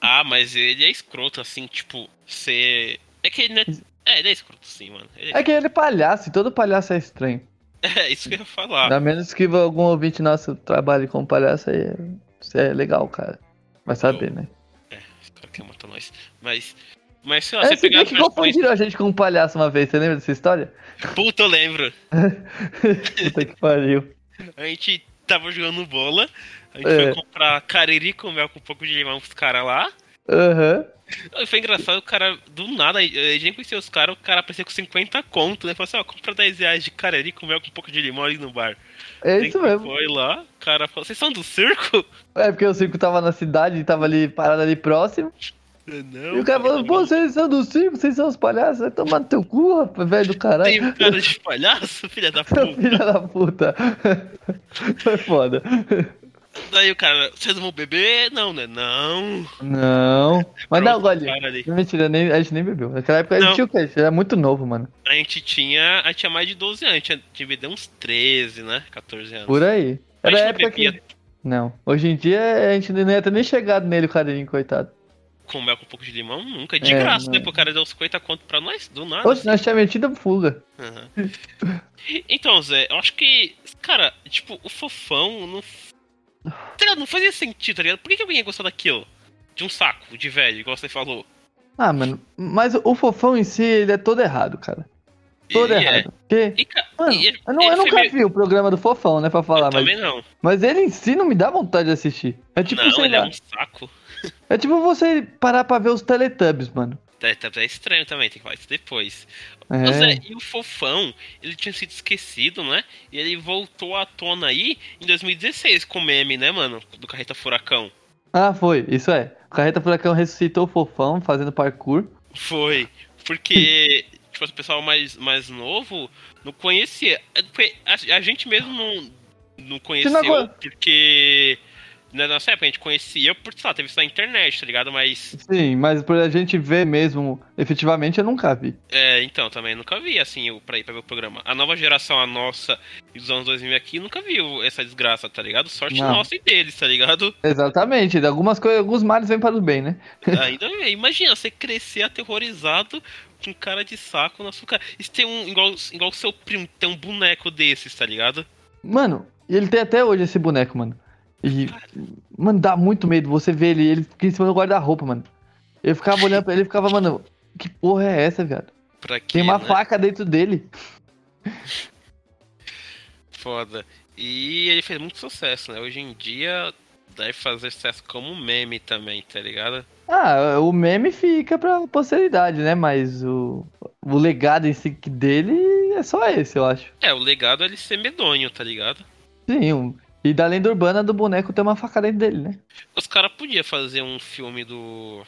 Speaker 1: Ah, mas ele é escroto, assim, tipo, você. É que ele não é. É, ele é escroto sim, mano. Ele é...
Speaker 2: É que ele é palhaço, e todo palhaço é estranho.
Speaker 1: é isso que eu ia falar.
Speaker 2: A menos que algum ouvinte nosso trabalhe como palhaço, aí é- isso é legal, cara. Vai saber, né?
Speaker 1: Esse cara quer matar nós. Mas. Mas sei lá,
Speaker 2: É,
Speaker 1: você
Speaker 2: se
Speaker 1: pegar
Speaker 2: bem
Speaker 1: as
Speaker 2: que
Speaker 1: versões.
Speaker 2: confundiram a gente com um palhaço uma vez, você lembra dessa história?
Speaker 1: Puta, eu lembro.
Speaker 2: Puta que pariu.
Speaker 1: A gente tava jogando bola. A gente
Speaker 2: É.
Speaker 1: foi comprar cariri com mel com um pouco de limão pros caras lá.
Speaker 2: Aham.
Speaker 1: E Foi engraçado, o cara, do nada, a gente nem conhecia os caras, o cara apareceu com 50 conto, né? Falou assim, ó, compra 10 reais de carari com mel com um pouco de limão ali no bar.
Speaker 2: É
Speaker 1: Daí
Speaker 2: isso mesmo.
Speaker 1: Foi lá, o cara falou, vocês são do circo?
Speaker 2: É porque o circo tava na cidade, tava ali parado ali próximo.
Speaker 1: Eu, Não.
Speaker 2: E o cara falou, pô,
Speaker 1: não
Speaker 2: vocês são do circo, vocês são os palhaços, vai tomar no teu cu, rapaz, velho do
Speaker 1: Tem
Speaker 2: caralho.
Speaker 1: um cara de palhaço, filha da puta.
Speaker 2: Filha da puta. Foi foda.
Speaker 1: Daí o cara, vocês não vão beber? Não, né? Não.
Speaker 2: Não. Mas dá um
Speaker 1: Pronto,
Speaker 2: gole.
Speaker 1: cara ali.
Speaker 2: Mentira, nem, a gente nem bebeu. Naquela época a gente
Speaker 1: Não.
Speaker 2: tinha o quê? A gente era muito novo, mano.
Speaker 1: A gente tinha. A gente tinha mais de 12 anos, a gente tinha devia ter uns 13, né? 14 anos.
Speaker 2: Por aí.
Speaker 1: A gente
Speaker 2: Era a
Speaker 1: não
Speaker 2: época que.
Speaker 1: bebia
Speaker 2: Não. Hoje em dia a gente não ia ter nem chegado nele, o carinho, coitado.
Speaker 1: com mel com um pouco de limão, nunca. De
Speaker 2: É,
Speaker 1: graça, né?
Speaker 2: não.
Speaker 1: Pro cara deu uns 50 conto pra nós, do nada.
Speaker 2: Oxe, nós tínhamos metido a fuga.
Speaker 1: Aham. Então, Zé, eu acho que. Cara, tipo, o fofão não. Tá ligado? Não fazia sentido, tá ligado? Por que que alguém ia gostar daquilo? De um saco, de velho, igual você falou.
Speaker 2: Ah, mano. Mas o fofão em si, ele é todo errado, cara. Todo
Speaker 1: E é-
Speaker 2: errado. Porque.
Speaker 1: E, ca-
Speaker 2: Mano,
Speaker 1: e ele-
Speaker 2: eu, não- eu
Speaker 1: ele foi
Speaker 2: nunca
Speaker 1: meio-
Speaker 2: vi o programa do Fofão, né, pra falar,
Speaker 1: eu
Speaker 2: mas,
Speaker 1: também não.
Speaker 2: mas ele em si não me dá vontade de assistir. É tipo,
Speaker 1: não,
Speaker 2: sei
Speaker 1: ele
Speaker 2: lá,
Speaker 1: é um saco.
Speaker 2: é tipo você parar pra ver os Teletubbies, mano.
Speaker 1: Tá, tá, tá estranho também, tem que falar isso depois. Ô,
Speaker 2: É,
Speaker 1: Zé, e o Fofão, ele tinha sido esquecido, né? E ele voltou à tona aí em 2016 com o meme, né, mano? Do Carreta Furacão.
Speaker 2: Ah, foi, isso é. O Carreta Furacão ressuscitou o Fofão fazendo parkour.
Speaker 1: Foi. Porque, tipo, o pessoal mais, mais novo não conhecia. É porque A, a gente mesmo não, não conheceu
Speaker 2: agora-
Speaker 1: porque. né, Na nossa época, a gente conhecia por, sei lá, teve isso na internet, tá ligado? Mas,
Speaker 2: Sim, mas pra gente ver mesmo, efetivamente, eu nunca vi.
Speaker 1: é, então, também nunca vi, assim, o- pra ir pra ver o programa. A nova geração, a nossa, e dos anos 2000 aqui, nunca viu essa desgraça, tá ligado? Sorte
Speaker 2: Não.
Speaker 1: nossa e deles, tá ligado?
Speaker 2: Exatamente, algumas coisas, alguns males vêm para o bem, né?
Speaker 1: Ainda é, imagina você crescer aterrorizado com cara de saco na sua cara. E se tem um, igual, igual o seu primo, tem um boneco desses, tá ligado?
Speaker 2: Mano, e ele tem até hoje esse boneco, mano. E, mano, dá muito medo você vê ele, ele fica em cima do guarda-roupa, mano. Eu ficava olhando pra ele e ficava, mano, que porra é essa, viado?
Speaker 1: Pra que,
Speaker 2: Tem uma
Speaker 1: né?
Speaker 2: faca dentro dele.
Speaker 1: Foda. E ele fez muito sucesso, né? Hoje em dia deve fazer sucesso como um meme também, tá ligado?
Speaker 2: Ah, o meme fica pra posteridade, né? Mas o, o legado em si que dele é só esse, eu acho.
Speaker 1: É, o legado é ele ser medonho, tá ligado?
Speaker 2: Sim, um- e da lenda urbana do boneco tem uma faca dentro dele, né?
Speaker 1: Os caras podiam fazer um filme do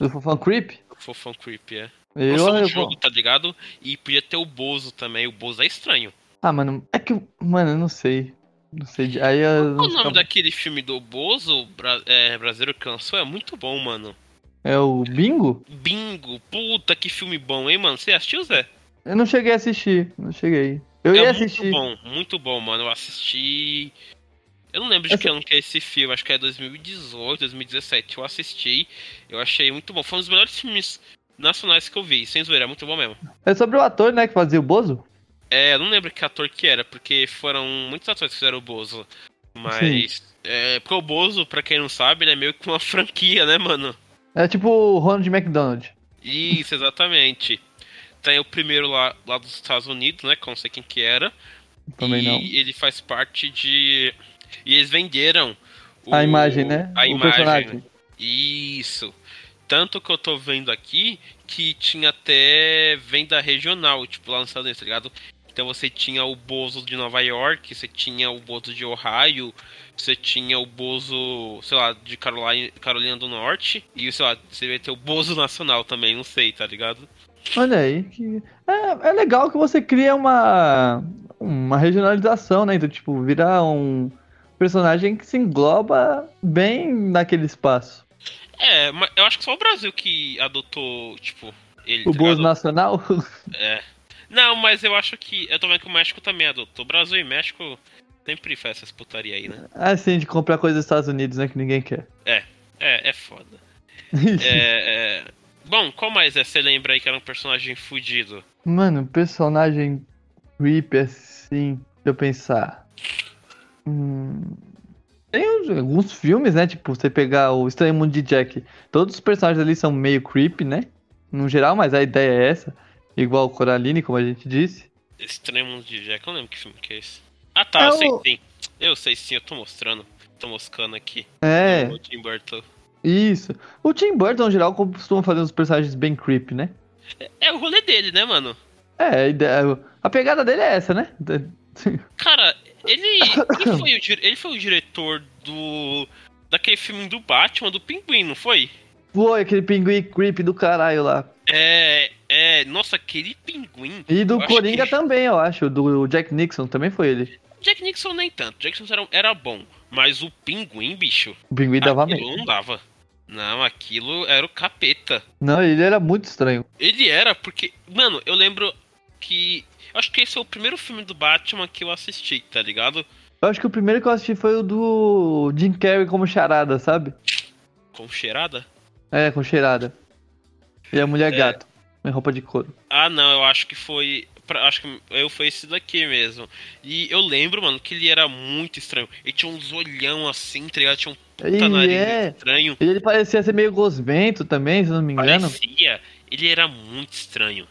Speaker 2: Do Fofão Creep.
Speaker 1: Fofão Creepy, é.
Speaker 2: Eu,
Speaker 1: Lançar um
Speaker 2: eu-
Speaker 1: jogo, tá ligado? E podia ter o Bozo também. O Bozo é estranho.
Speaker 2: Ah, mano, é que. eu- Mano, eu não sei. Não sei. de- Aí eu.
Speaker 1: Qual o nome daquele filme do Bozo, Bra é, Brasileiro Cansou? É muito bom, mano.
Speaker 2: É o Bingo?
Speaker 1: Bingo, puta que filme bom, hein, mano? Você assistiu, Zé?
Speaker 2: Eu não cheguei a assistir. Não cheguei. Eu
Speaker 1: é
Speaker 2: ia
Speaker 1: muito
Speaker 2: assistir.
Speaker 1: bom, muito bom, mano. Eu assisti. Eu não lembro de
Speaker 2: Essa-
Speaker 1: que ano que é esse filme, acho que é 2018, 2017. Eu assisti, eu achei muito bom. Foi um dos melhores filmes nacionais que eu vi, sem zoeira, é muito bom mesmo.
Speaker 2: É sobre o ator, né, que fazia o Bozo?
Speaker 1: É, eu não lembro que ator que era, porque foram muitos atores que fizeram o Bozo. Mas. É, porque o Bozo, pra quem não sabe, ele é meio que uma franquia, né, mano?
Speaker 2: É tipo o Ronald McDonald.
Speaker 1: Isso, exatamente. Tem o primeiro lá, lá dos Estados Unidos, né? Que eu não sei quem que era.
Speaker 2: Também
Speaker 1: e
Speaker 2: não.
Speaker 1: ele faz parte de. E eles venderam o-
Speaker 2: A imagem, né?
Speaker 1: A
Speaker 2: o
Speaker 1: imagem.
Speaker 2: personagem.
Speaker 1: Isso. Tanto que eu tô vendo aqui que tinha até venda regional, tipo, lá nos Estados Unidos, tá ligado? Então você tinha o Bozo de Nova York, você tinha o Bozo de Ohio, você tinha o Bozo, sei lá, de Carolina, Carolina do Norte, e sei lá, você ia ter o Bozo Nacional também, não sei, tá ligado?
Speaker 2: Olha aí. Que... É, é legal que você cria uma. Uma regionalização, né? Então, tipo, virar um personagem que se engloba bem naquele espaço.
Speaker 1: É, mas eu acho que só o Brasil que adotou, tipo, ele.
Speaker 2: O
Speaker 1: tá
Speaker 2: Bozo
Speaker 1: ligado?
Speaker 2: Nacional.
Speaker 1: É. Não, mas eu acho que. Eu tô vendo que o México também adotou. O Brasil e México sempre faz essas putaria aí, né?
Speaker 2: assim, de comprar coisa dos Estados Unidos, né? Que ninguém quer.
Speaker 1: É, é foda. É, é... Bom, qual mais é? Você lembra aí que era um personagem fudido?
Speaker 2: Mano, personagem creepy assim, se eu pensar. Hum, Tem uns- alguns filmes, né? Tipo, você pegar o Estranho Mundo de Jack. Todos os personagens ali são meio creepy, né? No geral, mas a ideia é essa. Igual Coraline, como a gente disse.
Speaker 1: Estranho Mundo de Jack. Eu não lembro que filme que é esse. Ah tá, eu
Speaker 2: É
Speaker 1: sei
Speaker 2: o-
Speaker 1: sim. Eu sei sim, eu tô mostrando. Tô moscando aqui.
Speaker 2: É.
Speaker 1: O Tim Burton.
Speaker 2: Isso. O Tim Burton, no geral, costuma fazer uns personagens bem creepy, né?
Speaker 1: É, é o rolê dele, né, mano?
Speaker 2: É, a ideia- a pegada dele é essa, né?
Speaker 1: Cara, ele. Ele foi o, dire- ele foi o diretor do. Daquele filme do Batman, do Pinguim, não foi?
Speaker 2: Pô, aquele pinguim creepy do caralho lá.
Speaker 1: É. É. Nossa, aquele pinguim.
Speaker 2: E do
Speaker 1: Eu acho
Speaker 2: Coringa
Speaker 1: que-
Speaker 2: também, eu acho. Do Jack Nixon também foi ele.
Speaker 1: Jack Nixon nem tanto. Jack Nixon era, era bom. Mas o pinguim, bicho.
Speaker 2: O pinguim dava medo.
Speaker 1: Aquilo não dava. Não, aquilo era o capeta.
Speaker 2: Não, ele era muito estranho.
Speaker 1: Ele era, porque. Mano, eu lembro que. eu Acho que esse é o primeiro filme do Batman que eu assisti, tá ligado?
Speaker 2: Eu acho que o primeiro que eu assisti foi o do Jim Carrey como charada, sabe?
Speaker 1: Com cheirada?
Speaker 2: É, com cheirada. E a mulher
Speaker 1: É.
Speaker 2: gato. Em roupa de couro.
Speaker 1: Ah, não, eu acho que foi. pra- acho que eu foi esse daqui mesmo. E eu lembro, mano, que ele era muito estranho. Ele tinha uns olhão assim, tá ligado? Tinha um puta
Speaker 2: E
Speaker 1: nariz
Speaker 2: é.
Speaker 1: estranho.
Speaker 2: E ele parecia ser meio gosmento também, se eu não me engano.
Speaker 1: Parecia. Ele era muito estranho.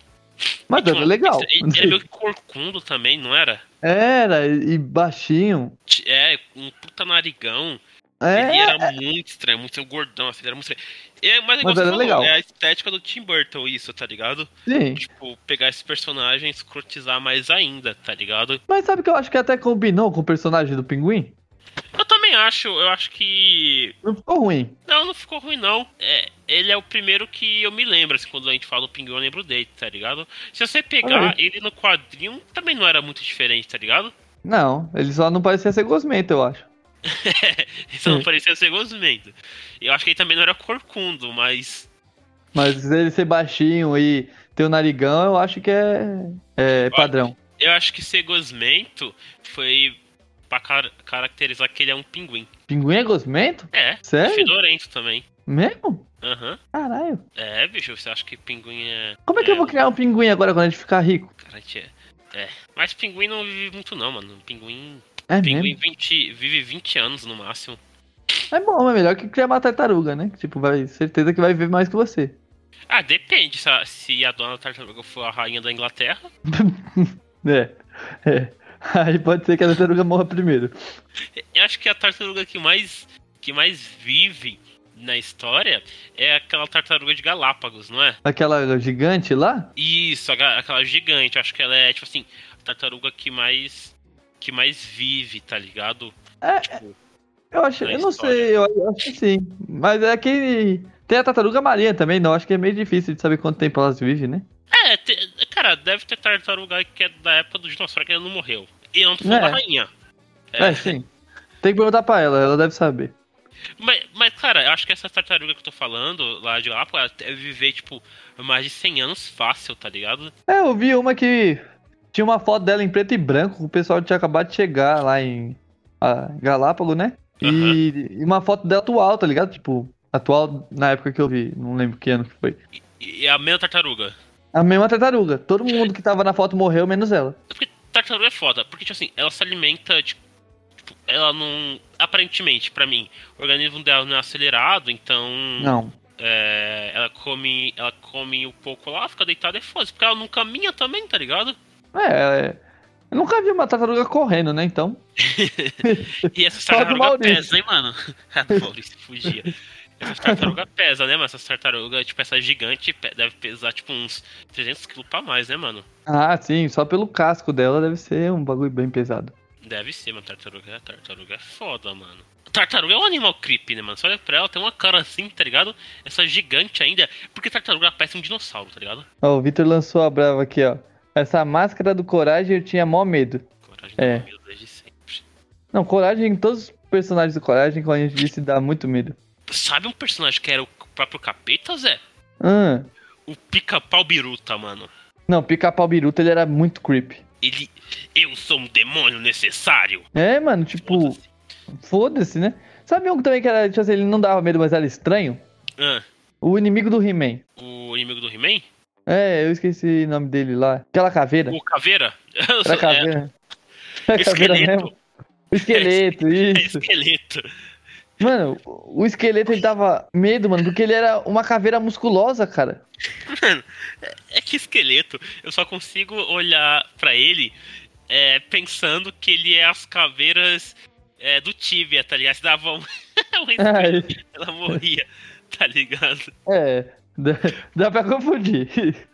Speaker 2: Mas
Speaker 1: Ele tinha
Speaker 2: era
Speaker 1: uma-
Speaker 2: legal.
Speaker 1: Então, Ele era meio que corcunda também, não era?
Speaker 2: Era, e e baixinho.
Speaker 1: Ti- É, um puta narigão. Ele
Speaker 2: É,
Speaker 1: era muito estranho, muito gordão, assim, ele era muito estranho. É, mas, igual
Speaker 2: Mas
Speaker 1: você
Speaker 2: era legal.
Speaker 1: é a estética do Tim Burton, isso, tá ligado?
Speaker 2: sim.
Speaker 1: Tipo, pegar esse personagem e escrotizar mais ainda, tá ligado?
Speaker 2: Mas sabe que eu acho que até combinou com o personagem do pinguim?
Speaker 1: Eu também acho, eu acho que.
Speaker 2: Não ficou ruim.
Speaker 1: Não, não ficou ruim, não. É, ele é o primeiro que eu me lembro, assim, quando a gente fala o pinguim, eu lembro dele, tá ligado? Se você
Speaker 2: Olha
Speaker 1: pegar ele no quadrinho, também não era muito diferente, tá ligado?
Speaker 2: Não, ele só não parecia ser gosmento, eu acho.
Speaker 1: Isso não
Speaker 2: Sim.
Speaker 1: parecia ser gosmento. Eu acho que ele também não era corcundo, mas.
Speaker 2: Mas ele ser baixinho e ter o narigão, eu acho que é, é padrão.
Speaker 1: Eu acho que ser gosmento foi pra car- caracterizar que ele é um pinguim.
Speaker 2: Pinguim é gosmento?
Speaker 1: É,
Speaker 2: Sério?
Speaker 1: fedorento também.
Speaker 2: Mesmo?
Speaker 1: Aham.
Speaker 2: Caralho.
Speaker 1: É, bicho, você acha que pinguim é.
Speaker 2: Como é que eu vou criar um pinguim agora quando a gente ficar rico?
Speaker 1: Cara, a gente é. É. Mas pinguim não vive muito, não, mano. Pinguim.
Speaker 2: É
Speaker 1: Pinguim
Speaker 2: mesmo?
Speaker 1: 20, vive 20 anos no máximo.
Speaker 2: É bom, é melhor que criar uma tartaruga, né? Tipo, vai certeza que vai viver mais que você.
Speaker 1: Ah, depende se a, se a dona tartaruga for a rainha da Inglaterra.
Speaker 2: É, é. Aí pode ser que a tartaruga morra primeiro.
Speaker 1: Eu acho que a tartaruga que mais. que mais vive na história é aquela tartaruga de Galápagos, não é?
Speaker 2: Aquela gigante lá?
Speaker 1: Isso, aga- aquela gigante. eu Acho que ela é, tipo assim, a tartaruga que mais. que mais vive, tá ligado?
Speaker 2: Eu acho,
Speaker 1: Na
Speaker 2: eu não
Speaker 1: história.
Speaker 2: sei, eu eu acho que sim. Mas é que tem a tartaruga marinha também, não. Acho que é meio difícil de saber quanto tempo elas vivem, né?
Speaker 1: É, te- cara, deve ter tartaruga que é da época do dinossauro que ela não morreu. E eu não tô falando
Speaker 2: É.
Speaker 1: da rainha.
Speaker 2: É, sim. Tem que perguntar pra ela, ela deve saber.
Speaker 1: Mas, mas, cara, eu acho que essa tartaruga que eu tô falando, lá de lá, pô, ela deve viver, tipo, mais de 100 anos fácil, tá ligado?
Speaker 2: É, eu vi uma que tinha uma foto dela em preto e branco, o pessoal tinha acabado de chegar lá em ah, Galápago, né? E, e uma foto dela atual, tá ligado? Tipo, atual na época que eu vi, não lembro que ano que foi.
Speaker 1: E e a mesma tartaruga.
Speaker 2: A mesma tartaruga. Todo mundo que tava na foto morreu, menos ela.
Speaker 1: Tartaruga é foda, porque, tipo assim, ela se alimenta, tipo, tipo, ela não. Aparentemente, pra mim, o organismo dela não é acelerado, então.
Speaker 2: Não.
Speaker 1: É, ela come. Ela come um pouco lá, fica deitada e foda. Porque ela não caminha também, tá ligado?
Speaker 2: É, é, eu nunca vi uma tartaruga correndo, né? Então.
Speaker 1: E essas
Speaker 2: Fala do
Speaker 1: tartarugas
Speaker 2: Maurício.
Speaker 1: pesam, hein, mano? Ah, do Maurício fugia. Essas tartarugas pesam, né, mano? Essas tartarugas, tipo, essa gigante pe- deve pesar, tipo, uns 300 quilos pra mais, né, mano?
Speaker 2: Ah, sim, só pelo casco dela deve ser um bagulho bem pesado.
Speaker 1: Deve ser, mano. Tartaruga, tartaruga é foda, mano. Tartaruga é um animal creepy, né, mano? Você olha pra ela, tem uma cara assim, tá ligado? Essa gigante ainda. Porque tartaruga parece um dinossauro, tá ligado?
Speaker 2: Ó, o Victor lançou a brava aqui, ó. Essa máscara do coragem eu tinha mó medo.
Speaker 1: Coragem
Speaker 2: É.
Speaker 1: do meu desde sempre.
Speaker 2: Não, coragem, todos os personagens do coragem, como a gente disse, dá muito medo.
Speaker 1: Sabe um personagem que era o próprio capeta, Zé?
Speaker 2: Ah,
Speaker 1: O um pica-pau biruta, mano.
Speaker 2: não, pica-pau biruta ele era muito creepy.
Speaker 1: Ele. Eu sou um demônio necessário.
Speaker 2: É, mano, tipo,
Speaker 1: Foda-se.
Speaker 2: foda-se, né? Sabe um também que era, tipo assim, ele não dava medo, mas era estranho?
Speaker 1: Ah,
Speaker 2: O inimigo do He-Man.
Speaker 1: o inimigo do He-Man?
Speaker 2: É, eu esqueci o nome dele lá. Aquela caveira.
Speaker 1: O Caveira? Eu sou-
Speaker 2: Era
Speaker 1: é,
Speaker 2: caveira. Era caveira
Speaker 1: Esqueleto.
Speaker 2: mesmo. O esqueleto,
Speaker 1: é
Speaker 2: isso.
Speaker 1: esqueleto.
Speaker 2: Mano, o esqueleto ele dava medo, mano, porque ele era uma caveira musculosa, cara.
Speaker 1: É que esqueleto, eu só consigo olhar pra ele é, pensando que ele é as caveiras é, do Tibia, tá ligado? Se dava um- a Gwen Stacy, ela morria, tá ligado?
Speaker 2: É, dá, dá pra confundir.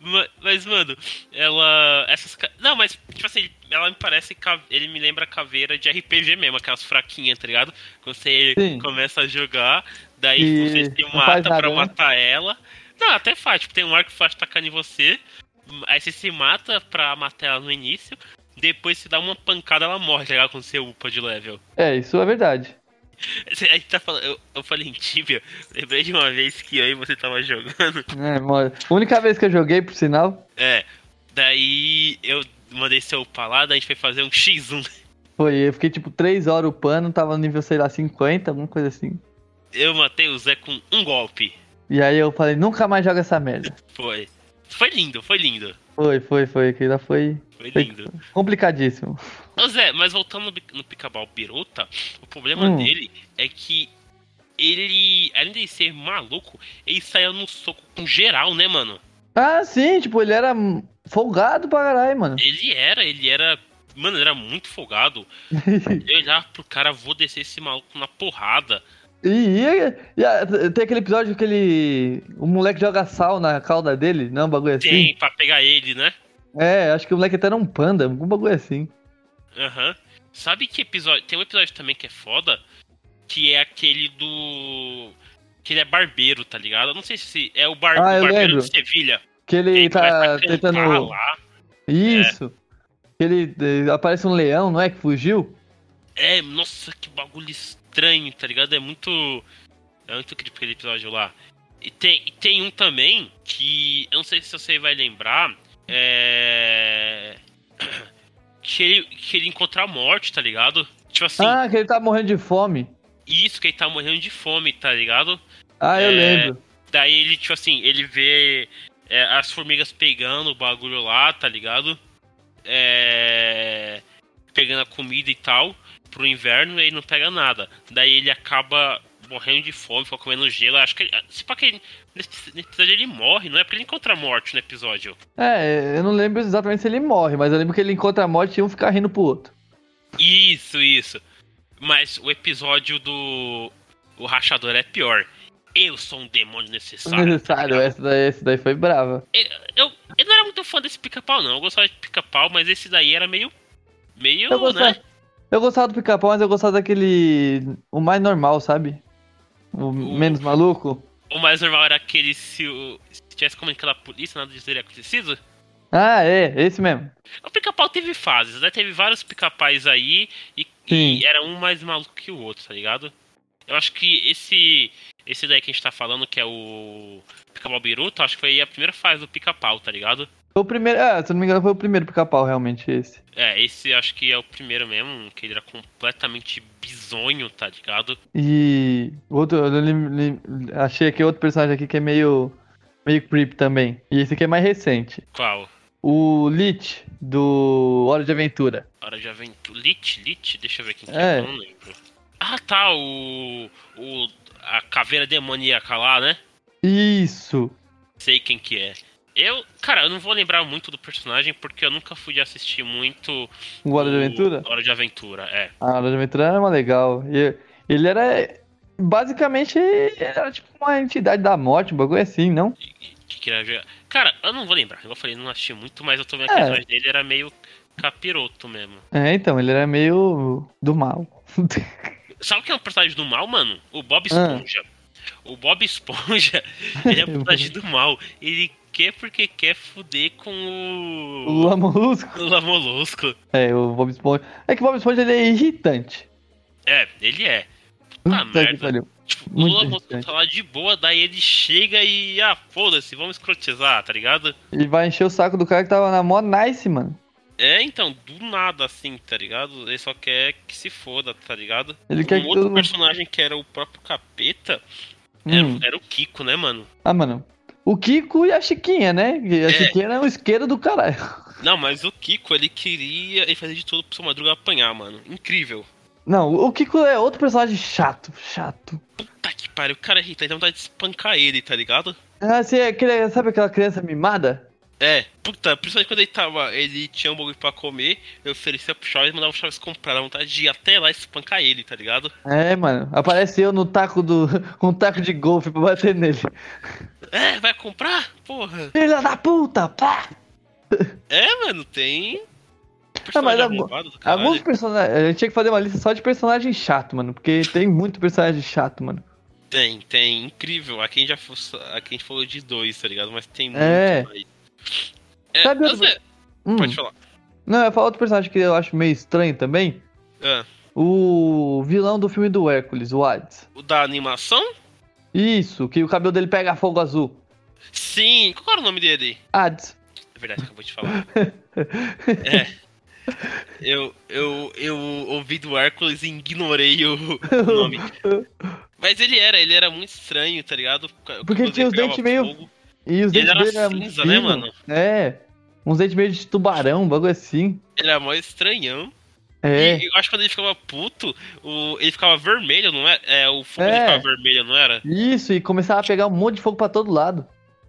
Speaker 1: Ma- Mas, mano, ela. Essas. ca- Não, mas, tipo assim, ela me parece. ca- Ele me lembra caveira de RPG mesmo, aquelas fraquinhas, tá ligado? Quando você
Speaker 2: Sim.
Speaker 1: começa a jogar, daí
Speaker 2: E
Speaker 1: você se
Speaker 2: não faz
Speaker 1: mata
Speaker 2: nada,
Speaker 1: pra
Speaker 2: né?
Speaker 1: matar ela. Não, até faz, tipo, tem um arco que faz tacando em você. Aí você se mata pra matar ela no início. Depois se dá uma pancada, ela morre, tá ligado? Quando você upa de level.
Speaker 2: É, isso é verdade.
Speaker 1: Você- Aí tá falando. Eu, eu falei em Tibia, lembrei de uma vez que eu e você tava jogando.
Speaker 2: É, mano. Única vez que eu joguei, por sinal,
Speaker 1: É. Daí eu mandei seu upar lá, daí a gente foi fazer um X1.
Speaker 2: foi. Eu fiquei tipo 3 horas upando, tava no nível, sei lá, 50, alguma coisa assim.
Speaker 1: Eu matei o Zé com um golpe.
Speaker 2: E aí eu falei, nunca mais joga essa merda.
Speaker 1: Foi. Foi lindo, foi lindo.
Speaker 2: Foi, foi, foi. Aquilo lá foi
Speaker 1: Foi
Speaker 2: Foi-
Speaker 1: lindo.
Speaker 2: complicadíssimo.
Speaker 1: Ô Zé, mas voltando no, Bic- no pica-pau Biruta, o problema
Speaker 2: Hum.
Speaker 1: dele é que ele, além de ser maluco, ele saía no soco com geral, né, mano?
Speaker 2: Ah, sim, tipo, ele era folgado pra caralho, mano.
Speaker 1: Ele era, ele era. Mano, ele era muito folgado. Eu olhava pro cara, vou descer esse maluco na porrada.
Speaker 2: E, e- e a- tem aquele episódio que ele. O moleque joga sal na cauda dele, não? Um bagulho assim.
Speaker 1: Tem, pra pegar ele, né?
Speaker 2: É, acho que o moleque até era um panda, algum bagulho assim.
Speaker 1: Aham. Sabe que episódio. Tem um episódio também que é foda. Que é aquele do. Que ele é barbeiro, tá ligado? Eu não sei se é o, bar...
Speaker 2: Ah,
Speaker 1: o
Speaker 2: eu
Speaker 1: barbeiro
Speaker 2: lembro.
Speaker 1: de Sevilha.
Speaker 2: Que ele
Speaker 1: começa
Speaker 2: tá
Speaker 1: a cantar
Speaker 2: tentando.
Speaker 1: Lá.
Speaker 2: Isso. Que ele. eh, Aparece um leão, não é? Que fugiu?
Speaker 1: É, nossa, que bagulho estranho, tá ligado? É muito. É muito crítico aquele episódio lá. E tem, e tem um também que. Eu não sei se você vai lembrar. É. Que ele, que ele encontra a morte, tá ligado? Tipo assim,
Speaker 2: Ah, que ele tá morrendo de fome.
Speaker 1: isso que ele tá morrendo de fome, tá ligado?
Speaker 2: Ah, eu
Speaker 1: É.
Speaker 2: lembro.
Speaker 1: Daí ele, tipo assim, ele vê é, as formigas pegando o bagulho lá, tá ligado? É, pegando a comida e tal pro inverno e ele não pega nada. Daí ele acaba morrendo de fome, fica comendo gelo. Acho que ele, se pá que ele, nesse, nesse episódio ele morre, não é? Porque ele encontra a morte no episódio.
Speaker 2: É, eu não lembro exatamente se ele morre, mas eu lembro que ele encontra a morte e um fica rindo pro outro.
Speaker 1: Isso, isso. Mas o episódio do o rachador é pior. Eu sou um demônio necessário. tá
Speaker 2: Necessário,
Speaker 1: ligado?
Speaker 2: essa daí, essa daí foi brava.
Speaker 1: Eu, eu não era muito fã desse pica-pau, não. Eu gostava de pica-pau, mas esse daí era meio. Meio,
Speaker 2: Eu gostava,
Speaker 1: né?
Speaker 2: eu gostava do pica-pau, mas eu gostava daquele. O mais normal, sabe? O menos maluco.
Speaker 1: O mais normal era aquele se, o, se tivesse comunicado a polícia, nada disso teria acontecido.
Speaker 2: Ah, é, esse mesmo.
Speaker 1: O pica-pau teve fases, né? Teve vários pica-pais aí e,
Speaker 2: Sim.
Speaker 1: e era um mais maluco que o outro, tá ligado? Eu acho que esse. Esse daí que a gente tá falando, que é o. Pica-pau Biruta, acho que foi a primeira fase do pica-pau, tá ligado?
Speaker 2: Foi o primeiro. Ah, se eu não me engano, foi o primeiro pica-pau, realmente, esse.
Speaker 1: É, esse acho que é o primeiro mesmo, que ele era completamente bizonho, tá ligado?
Speaker 2: E outro, eu lim- lim- achei aqui outro personagem aqui que é meio meio creep também. E esse aqui é mais recente.
Speaker 1: Qual?
Speaker 2: O Lich do Hora de Aventura.
Speaker 1: Hora de Aventura. Lit, Lit, deixa eu ver quem que é,
Speaker 2: É.
Speaker 1: eu não lembro. Ah, tá, o. o a caveira demoníaca lá, né?
Speaker 2: Isso.
Speaker 1: Sei quem que é. Eu, cara, eu não vou lembrar muito do personagem porque eu nunca fui de assistir muito.
Speaker 2: O Hora de
Speaker 1: o
Speaker 2: Aventura?
Speaker 1: Hora de Aventura, é.
Speaker 2: Ah, Hora de Aventura era mais legal. E ele era basicamente ele era tipo uma entidade da morte, um bagulho assim, não?
Speaker 1: E- e- Que que era... já- Cara, eu não vou lembrar. Eu falei, não assisti muito, mas eu tô vendo
Speaker 2: É.
Speaker 1: que o personagem dele era meio capiroto mesmo.
Speaker 2: É, então, ele era meio do mal.
Speaker 1: Sabe o que é um personagem do mal, mano? O Bob
Speaker 2: Ah.
Speaker 1: Esponja. O Bob Esponja, ele é um personagem do mal. Ele quer porque quer fuder com
Speaker 2: o
Speaker 1: o.
Speaker 2: Lula Molusco.
Speaker 1: O Lula Molusco.
Speaker 2: É, o Bob Esponja. É que o Bob Esponja ele é irritante.
Speaker 1: É, ele é.
Speaker 2: Puta
Speaker 1: Ah,
Speaker 2: que
Speaker 1: merda.
Speaker 2: pariu.
Speaker 1: Tipo, o
Speaker 2: Muito
Speaker 1: Lula Molusco tá lá de boa, daí ele chega e. Ah, foda-se, vamos escrotizar, tá ligado?
Speaker 2: Ele vai encher o saco do cara que tava na mó nice, mano.
Speaker 1: É, então, do nada assim, tá ligado? Ele só quer que se foda, tá ligado?
Speaker 2: Ele
Speaker 1: um
Speaker 2: quer que
Speaker 1: outro
Speaker 2: todo mundo-
Speaker 1: personagem que era o próprio capeta era-
Speaker 2: Hum.
Speaker 1: era o Kiko, né, mano?
Speaker 2: Ah, mano. O Kiko e a Chiquinha, né? Que A
Speaker 1: É.
Speaker 2: Chiquinha era um isqueiro do caralho.
Speaker 1: Não, mas o Kiko, ele queria. Ele fazia de tudo pro seu Madruga apanhar, mano. Incrível.
Speaker 2: Não, o Kiko é outro personagem chato, chato.
Speaker 1: Puta que pariu, o cara irrita, então dá vontade de espancar ele, tá ligado?
Speaker 2: Ah, Assim, é aquele- sabe aquela criança mimada?
Speaker 1: É, puta, principalmente quando ele tava. Ele tinha um bagulho pra comer, eu oferecia pro Chaves e mandava o Chaves comprar. Dá vontade de ir até lá e espancar ele, tá ligado?
Speaker 2: É, mano. Aparece eu no taco do. com um taco de golfe pra bater nele.
Speaker 1: É, vai comprar? Porra.
Speaker 2: Filha da puta! Pá!
Speaker 1: É, mano, tem.
Speaker 2: Ah, mas
Speaker 1: personagem
Speaker 2: algum-
Speaker 1: arrombado do caralho.
Speaker 2: Alguns personagens. A gente tinha que fazer uma lista só de personagem chato, mano. Porque tem muito personagem chato, mano.
Speaker 1: Tem, tem. Incrível. Aqui a gente já fo- aqui a gente falou de dois, tá ligado? Mas tem muito
Speaker 2: É.
Speaker 1: mais. É,
Speaker 2: Sabe
Speaker 1: eu
Speaker 2: outro-
Speaker 1: sei-
Speaker 2: Hum.
Speaker 1: Pode falar.
Speaker 2: Não, eu ia falar outro personagem que eu acho meio estranho também.
Speaker 1: Ah,
Speaker 2: O vilão do filme do Hércules, o Hades.
Speaker 1: o da animação?
Speaker 2: Isso, que o cabelo dele pega fogo azul.
Speaker 1: Sim. Qual era o nome dele?
Speaker 2: Hades.
Speaker 1: É verdade, acabou de falar. é. Eu, eu, eu ouvi do Hércules e ignorei o, o nome. Mas ele era, ele era muito estranho, tá ligado?
Speaker 2: Porque ele tinha os dentes meio- E os
Speaker 1: Ele
Speaker 2: dentes
Speaker 1: era
Speaker 2: dele eram
Speaker 1: cinza,
Speaker 2: finos.
Speaker 1: né, mano?
Speaker 2: É. Uns dentes meio de tubarão, um bagulho assim.
Speaker 1: Ele era mó estranhão.
Speaker 2: É.
Speaker 1: E eu acho que quando ele ficava puto, o, ele ficava vermelho, não era? É, o fogo
Speaker 2: É.
Speaker 1: dele ficava vermelho, não era?
Speaker 2: Isso, e começava a pegar um monte de fogo pra todo lado.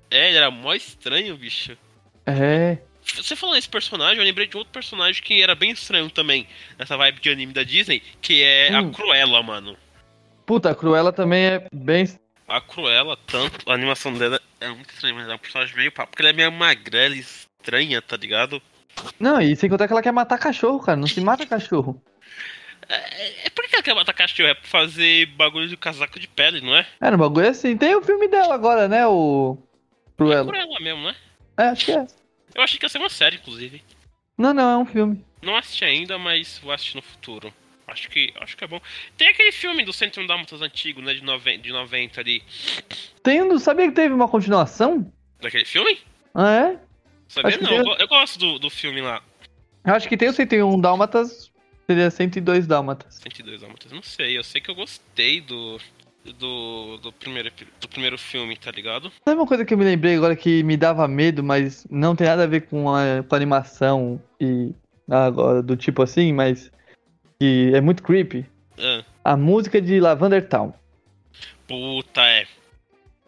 Speaker 1: É, ele era mó estranho, bicho.
Speaker 2: É.
Speaker 1: Você falando esse personagem, eu lembrei de outro personagem que era bem estranho também, nessa vibe de anime da Disney, que é
Speaker 2: Hum.
Speaker 1: a Cruella, mano.
Speaker 2: Puta, a Cruella também é bem.
Speaker 1: A Cruella, tanto, a animação dela é muito estranha, mas é um personagem meio papo, porque ela é meio magrela e estranha, tá ligado?
Speaker 2: Não, e sem contar que ela quer matar cachorro, cara. Não se mata cachorro.
Speaker 1: É, é por que ela quer matar cachorro? É pra fazer bagulho de casaco de pele, não é?
Speaker 2: É, no bagulho é assim. Tem o filme dela agora, né? O.
Speaker 1: É
Speaker 2: Cruella.
Speaker 1: Cruella mesmo, né?
Speaker 2: É, acho que é.
Speaker 1: Eu achei que ia ser uma série, inclusive.
Speaker 2: Não, não, é um filme.
Speaker 1: Não assisti ainda, mas vou assistir no futuro. Acho que, acho que é bom. Tem aquele filme do Centro da Mutas Antigo, né? De 90, de 90 ali.
Speaker 2: Tem um. Sabia que teve uma continuação?
Speaker 1: Daquele filme?
Speaker 2: Ah, é?
Speaker 1: Sabia
Speaker 2: Acho que é.
Speaker 1: não.
Speaker 2: tem-
Speaker 1: Eu, go- eu gosto do, do filme lá.
Speaker 2: Eu acho que tem o 101 dálmatas, seria 102 dálmatas.
Speaker 1: 102 Dálmatas, não sei. Eu sei que eu gostei do. Do, do, primeiro, epi- do primeiro filme, tá ligado?
Speaker 2: Sabe uma coisa que eu me lembrei agora que me dava medo, mas não tem nada a ver com a, com a animação e agora do tipo assim, mas que é muito creepy?
Speaker 1: Ah,
Speaker 2: A música de Lavender Town.
Speaker 1: puta, é.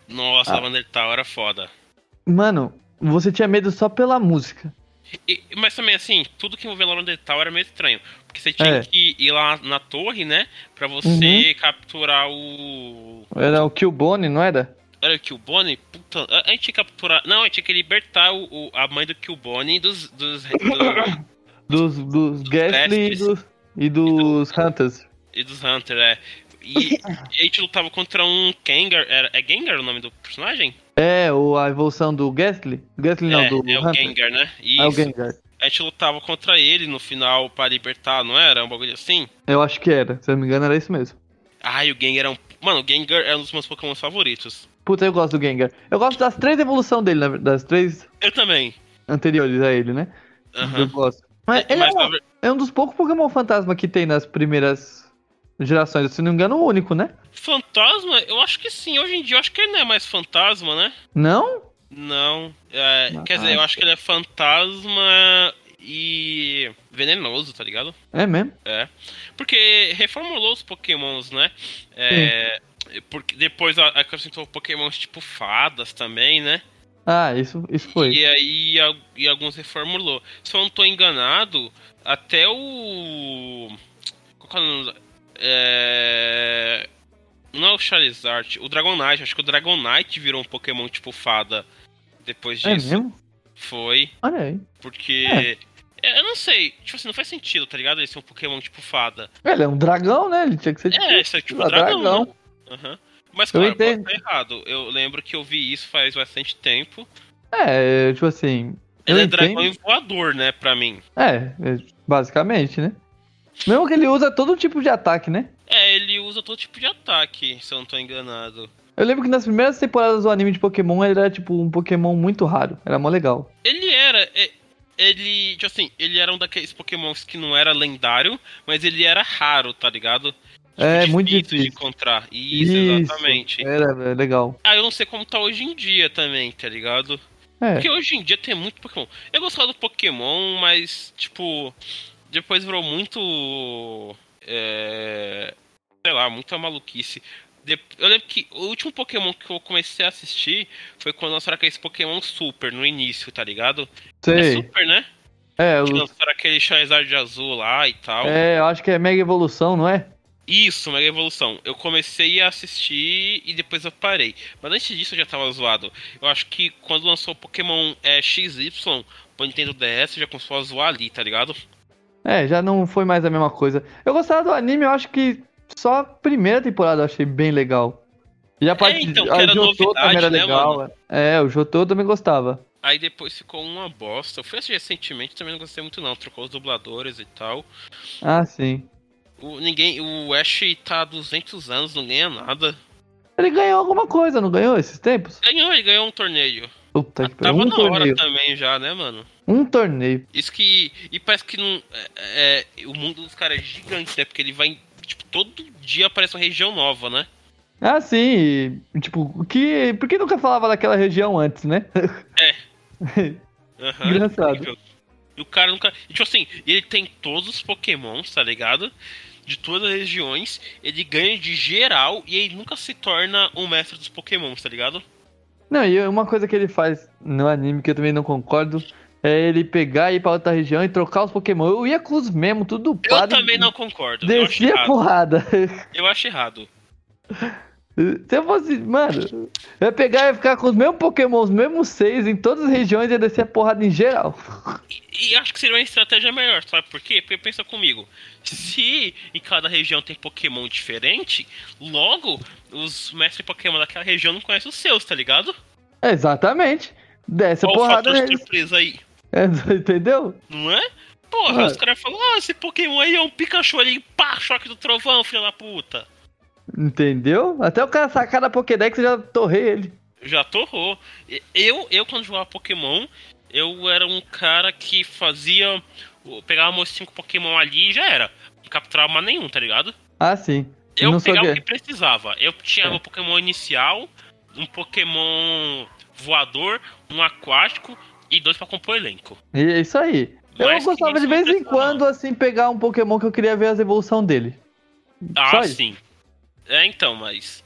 Speaker 1: Nossa,
Speaker 2: Ah.
Speaker 1: ah. Vandertal era foda.
Speaker 2: Mano, você tinha medo só pela música.
Speaker 1: E- mas também, assim, tudo que envolvia Lorna Detal era meio estranho. Porque você tinha
Speaker 2: É.
Speaker 1: que ir lá na torre, né? Pra você
Speaker 2: Uhum.
Speaker 1: capturar o.
Speaker 2: Era o Killbone, não era?
Speaker 1: Era o Killbone? Puta. a- A gente tinha que capturar. Não, a gente tinha que libertar o, o- a mãe do Killbone dos. dos, do-
Speaker 2: Dos, dos Ghastly e
Speaker 1: Ghastlies.
Speaker 2: dos, e dos Hunters.
Speaker 1: e dos Hunter, é. E a gente lutava contra um Gengar. Era, é Gengar o nome do personagem?
Speaker 2: É, ou a evolução do Ghastly? Ghastly não,
Speaker 1: é,
Speaker 2: do
Speaker 1: é o
Speaker 2: Hunter.
Speaker 1: Gengar, né? Isso.
Speaker 2: É o Gengar.
Speaker 1: A gente lutava contra ele no final pra libertar, não era? Um bagulho assim?
Speaker 2: Eu acho que era, se eu não me engano era isso mesmo.
Speaker 1: Ai, o Gengar é um. Mano, o Gengar é um dos meus Pokémon favoritos.
Speaker 2: Puta, eu gosto do Gengar. Eu gosto das três evoluções dele, na ver- das três
Speaker 1: Eu também.
Speaker 2: anteriores a ele, né?
Speaker 1: Aham.
Speaker 2: Eu gosto. Mas ele
Speaker 1: Mas,
Speaker 2: é,
Speaker 1: na
Speaker 2: um,
Speaker 1: ver-
Speaker 2: é um dos poucos Pokémon fantasma que tem nas primeiras gerações. Se não me engano, o único, né?
Speaker 1: fantasma, eu acho que sim. Hoje em dia, eu acho que ele não é mais fantasma, né?
Speaker 2: Não?
Speaker 1: Não. é,
Speaker 2: Não,
Speaker 1: quer dizer, eu acho que ele é fantasma e venenoso, tá ligado?
Speaker 2: É mesmo?
Speaker 1: Porque reformulou os pokémons, né? É, porque depois a- acrescentou pokémons tipo fadas também, né?
Speaker 2: Ah, isso, isso foi.
Speaker 1: E aí a- e alguns reformulou. Se eu não tô enganado, até o... Qual que é o nome? da- É... Não é o Charizard, o Dragonite. Acho que o Dragonite virou um pokémon tipo fada depois
Speaker 2: É
Speaker 1: disso.
Speaker 2: mesmo?
Speaker 1: Foi.
Speaker 2: Olha aí.
Speaker 1: Porque. é, Eu não sei, tipo assim, não faz sentido, tá ligado? Ele ser um Pokémon tipo fada.
Speaker 2: Ele é um dragão, né? Ele tinha que ser tipo.
Speaker 1: É, isso é tipo
Speaker 2: Ah,
Speaker 1: dragão.
Speaker 2: dragão.
Speaker 1: né? Aham. Mas
Speaker 2: Eu
Speaker 1: claro, pode
Speaker 2: entendo.
Speaker 1: estar tá errado. Eu lembro que eu vi isso faz bastante tempo.
Speaker 2: É, tipo assim. eu
Speaker 1: Ele é
Speaker 2: entendo.
Speaker 1: dragão e voador, né, pra mim.
Speaker 2: É, é, basicamente, né? Mesmo que ele usa todo tipo de ataque, né?
Speaker 1: É, ele usa todo tipo de ataque, se eu não tô enganado.
Speaker 2: Eu lembro que nas primeiras temporadas do anime de Pokémon ele era tipo um Pokémon muito raro. Era mó legal.
Speaker 1: Ele era. é, Ele, tipo assim, ele era um daqueles pokémons que não era lendário, mas ele era raro, tá ligado? Tipo,
Speaker 2: É, muito
Speaker 1: de
Speaker 2: difícil.
Speaker 1: encontrar. Isso, exatamente.
Speaker 2: Era, é legal.
Speaker 1: Ah, eu não sei como tá hoje em dia também, tá ligado?
Speaker 2: É.
Speaker 1: Porque hoje em dia tem muito Pokémon. Eu gostava do Pokémon, mas, tipo, depois virou muito. É, sei lá, muita maluquice. De- Eu lembro que o último Pokémon que eu comecei a assistir foi quando lançaram aquele Pokémon Super no início, tá ligado? É
Speaker 2: Sei.
Speaker 1: Super, né?
Speaker 2: É,
Speaker 1: Que
Speaker 2: o-
Speaker 1: lançaram aquele Charizard azul lá e tal.
Speaker 2: é, eu acho que é Mega Evolução, não é?
Speaker 1: Isso, Mega Evolução. Eu comecei a assistir e depois eu parei. Mas antes disso eu já tava zoado. Eu acho que quando lançou o Pokémon é, XY pro Nintendo DS, já começou a zoar ali, tá ligado?
Speaker 2: É, já não foi mais a mesma coisa. Eu gostava do anime, eu acho que só a primeira temporada eu achei bem legal. E a parte
Speaker 1: então,
Speaker 2: de-
Speaker 1: que
Speaker 2: a
Speaker 1: era
Speaker 2: Jotô também era
Speaker 1: novidade, né,
Speaker 2: legal. É, o Jotô eu também gostava.
Speaker 1: Aí depois ficou uma bosta. Eu fui assistir recentemente, também não gostei muito não. Trocou os dubladores e tal.
Speaker 2: Ah, sim.
Speaker 1: O, ninguém, o Ash tá há 200 anos, não ganha nada.
Speaker 2: Ele ganhou alguma coisa, não ganhou esses tempos?
Speaker 1: Ganhou, ele ganhou um torneio.
Speaker 2: Puta que
Speaker 1: Ah, Tava
Speaker 2: pariu. Um
Speaker 1: na hora
Speaker 2: torneio.
Speaker 1: também já, né, mano?
Speaker 2: Um torneio.
Speaker 1: Isso que. E parece que não. É, é, o mundo dos caras é gigante, né? Porque ele vai. Tipo, todo dia aparece uma região nova, né?
Speaker 2: Ah, sim. e, tipo, o que. Por que nunca falava daquela região antes, né?
Speaker 1: Aham,
Speaker 2: Engraçado.
Speaker 1: incrível. E o cara nunca. e, tipo assim, ele tem todos os pokémons, tá ligado? De todas as regiões. Ele ganha de geral e ele nunca se torna um mestre dos pokémons, tá ligado?
Speaker 2: Não, e uma coisa que ele faz no anime que eu também não concordo é ele pegar e ir pra outra região e trocar os Pokémon. Eu ia com os mesmos, tudo
Speaker 1: Eu
Speaker 2: dupado.
Speaker 1: também não concordo. Eu acho
Speaker 2: Descia a
Speaker 1: errado.
Speaker 2: porrada.
Speaker 1: Eu acho errado.
Speaker 2: Se eu fosse, mano, eu ia pegar e ia ficar com os mesmos Pokémon, os mesmos seis em todas as regiões e ia descer a porrada em geral.
Speaker 1: E acho que seria uma estratégia melhor, sabe por quê? Porque pensa comigo, se em cada região tem Pokémon diferente, logo os mestres Pokémon daquela região não conhecem os seus, tá ligado?
Speaker 2: Exatamente. Desce a
Speaker 1: Qual o
Speaker 2: porrada
Speaker 1: fator
Speaker 2: neles.
Speaker 1: surpresa aí,
Speaker 2: É, entendeu?
Speaker 1: não é? Porra,
Speaker 2: Ah.
Speaker 1: os caras falam, ah, esse Pokémon aí é um Pikachu ali, pá, choque do trovão, filha da puta.
Speaker 2: Entendeu? Até o cara sacar da Pokédex eu já torrei ele.
Speaker 1: Já torrou. E- Eu, eu quando jogava Pokémon, eu era um cara que fazia, eu pegava meus cinco Pokémon ali e já era. Não capturava mais nenhum, tá ligado?
Speaker 2: Ah, sim.
Speaker 1: Eu
Speaker 2: não
Speaker 1: pegava o que
Speaker 2: sabia.
Speaker 1: precisava. Eu tinha
Speaker 2: É.
Speaker 1: meu Pokémon inicial, um Pokémon voador, um aquático e dois pra compor elenco.
Speaker 2: E é isso aí. Eu
Speaker 1: Mas que
Speaker 2: gostava de
Speaker 1: isso
Speaker 2: vez
Speaker 1: não
Speaker 2: em quando, assim, pegar um Pokémon que eu queria ver as evoluções dele. Só
Speaker 1: Ah,
Speaker 2: isso.
Speaker 1: sim. É, então, mas.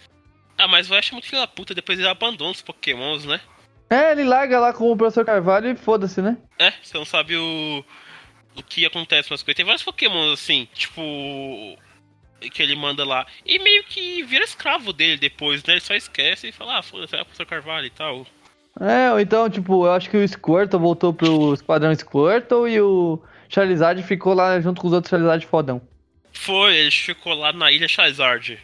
Speaker 1: Ah, mas o Ash é muito filho da puta, depois ele abandona os Pokémons, né?
Speaker 2: É, ele larga lá com o professor Carvalho e foda-se, né?
Speaker 1: É, você não sabe o. O que acontece com as coisas. Tem vários Pokémons assim, tipo. Que ele manda lá. E meio que vira escravo dele depois, né? Ele só esquece e fala, ah, foda-se, é pro seu Carvalho e tal.
Speaker 2: É, ou então, tipo, eu acho que o Squirtle voltou pro esquadrão Squirtle e o Charizard ficou lá junto com os outros Charizard fodão.
Speaker 1: Foi, ele ficou lá na ilha Charizard.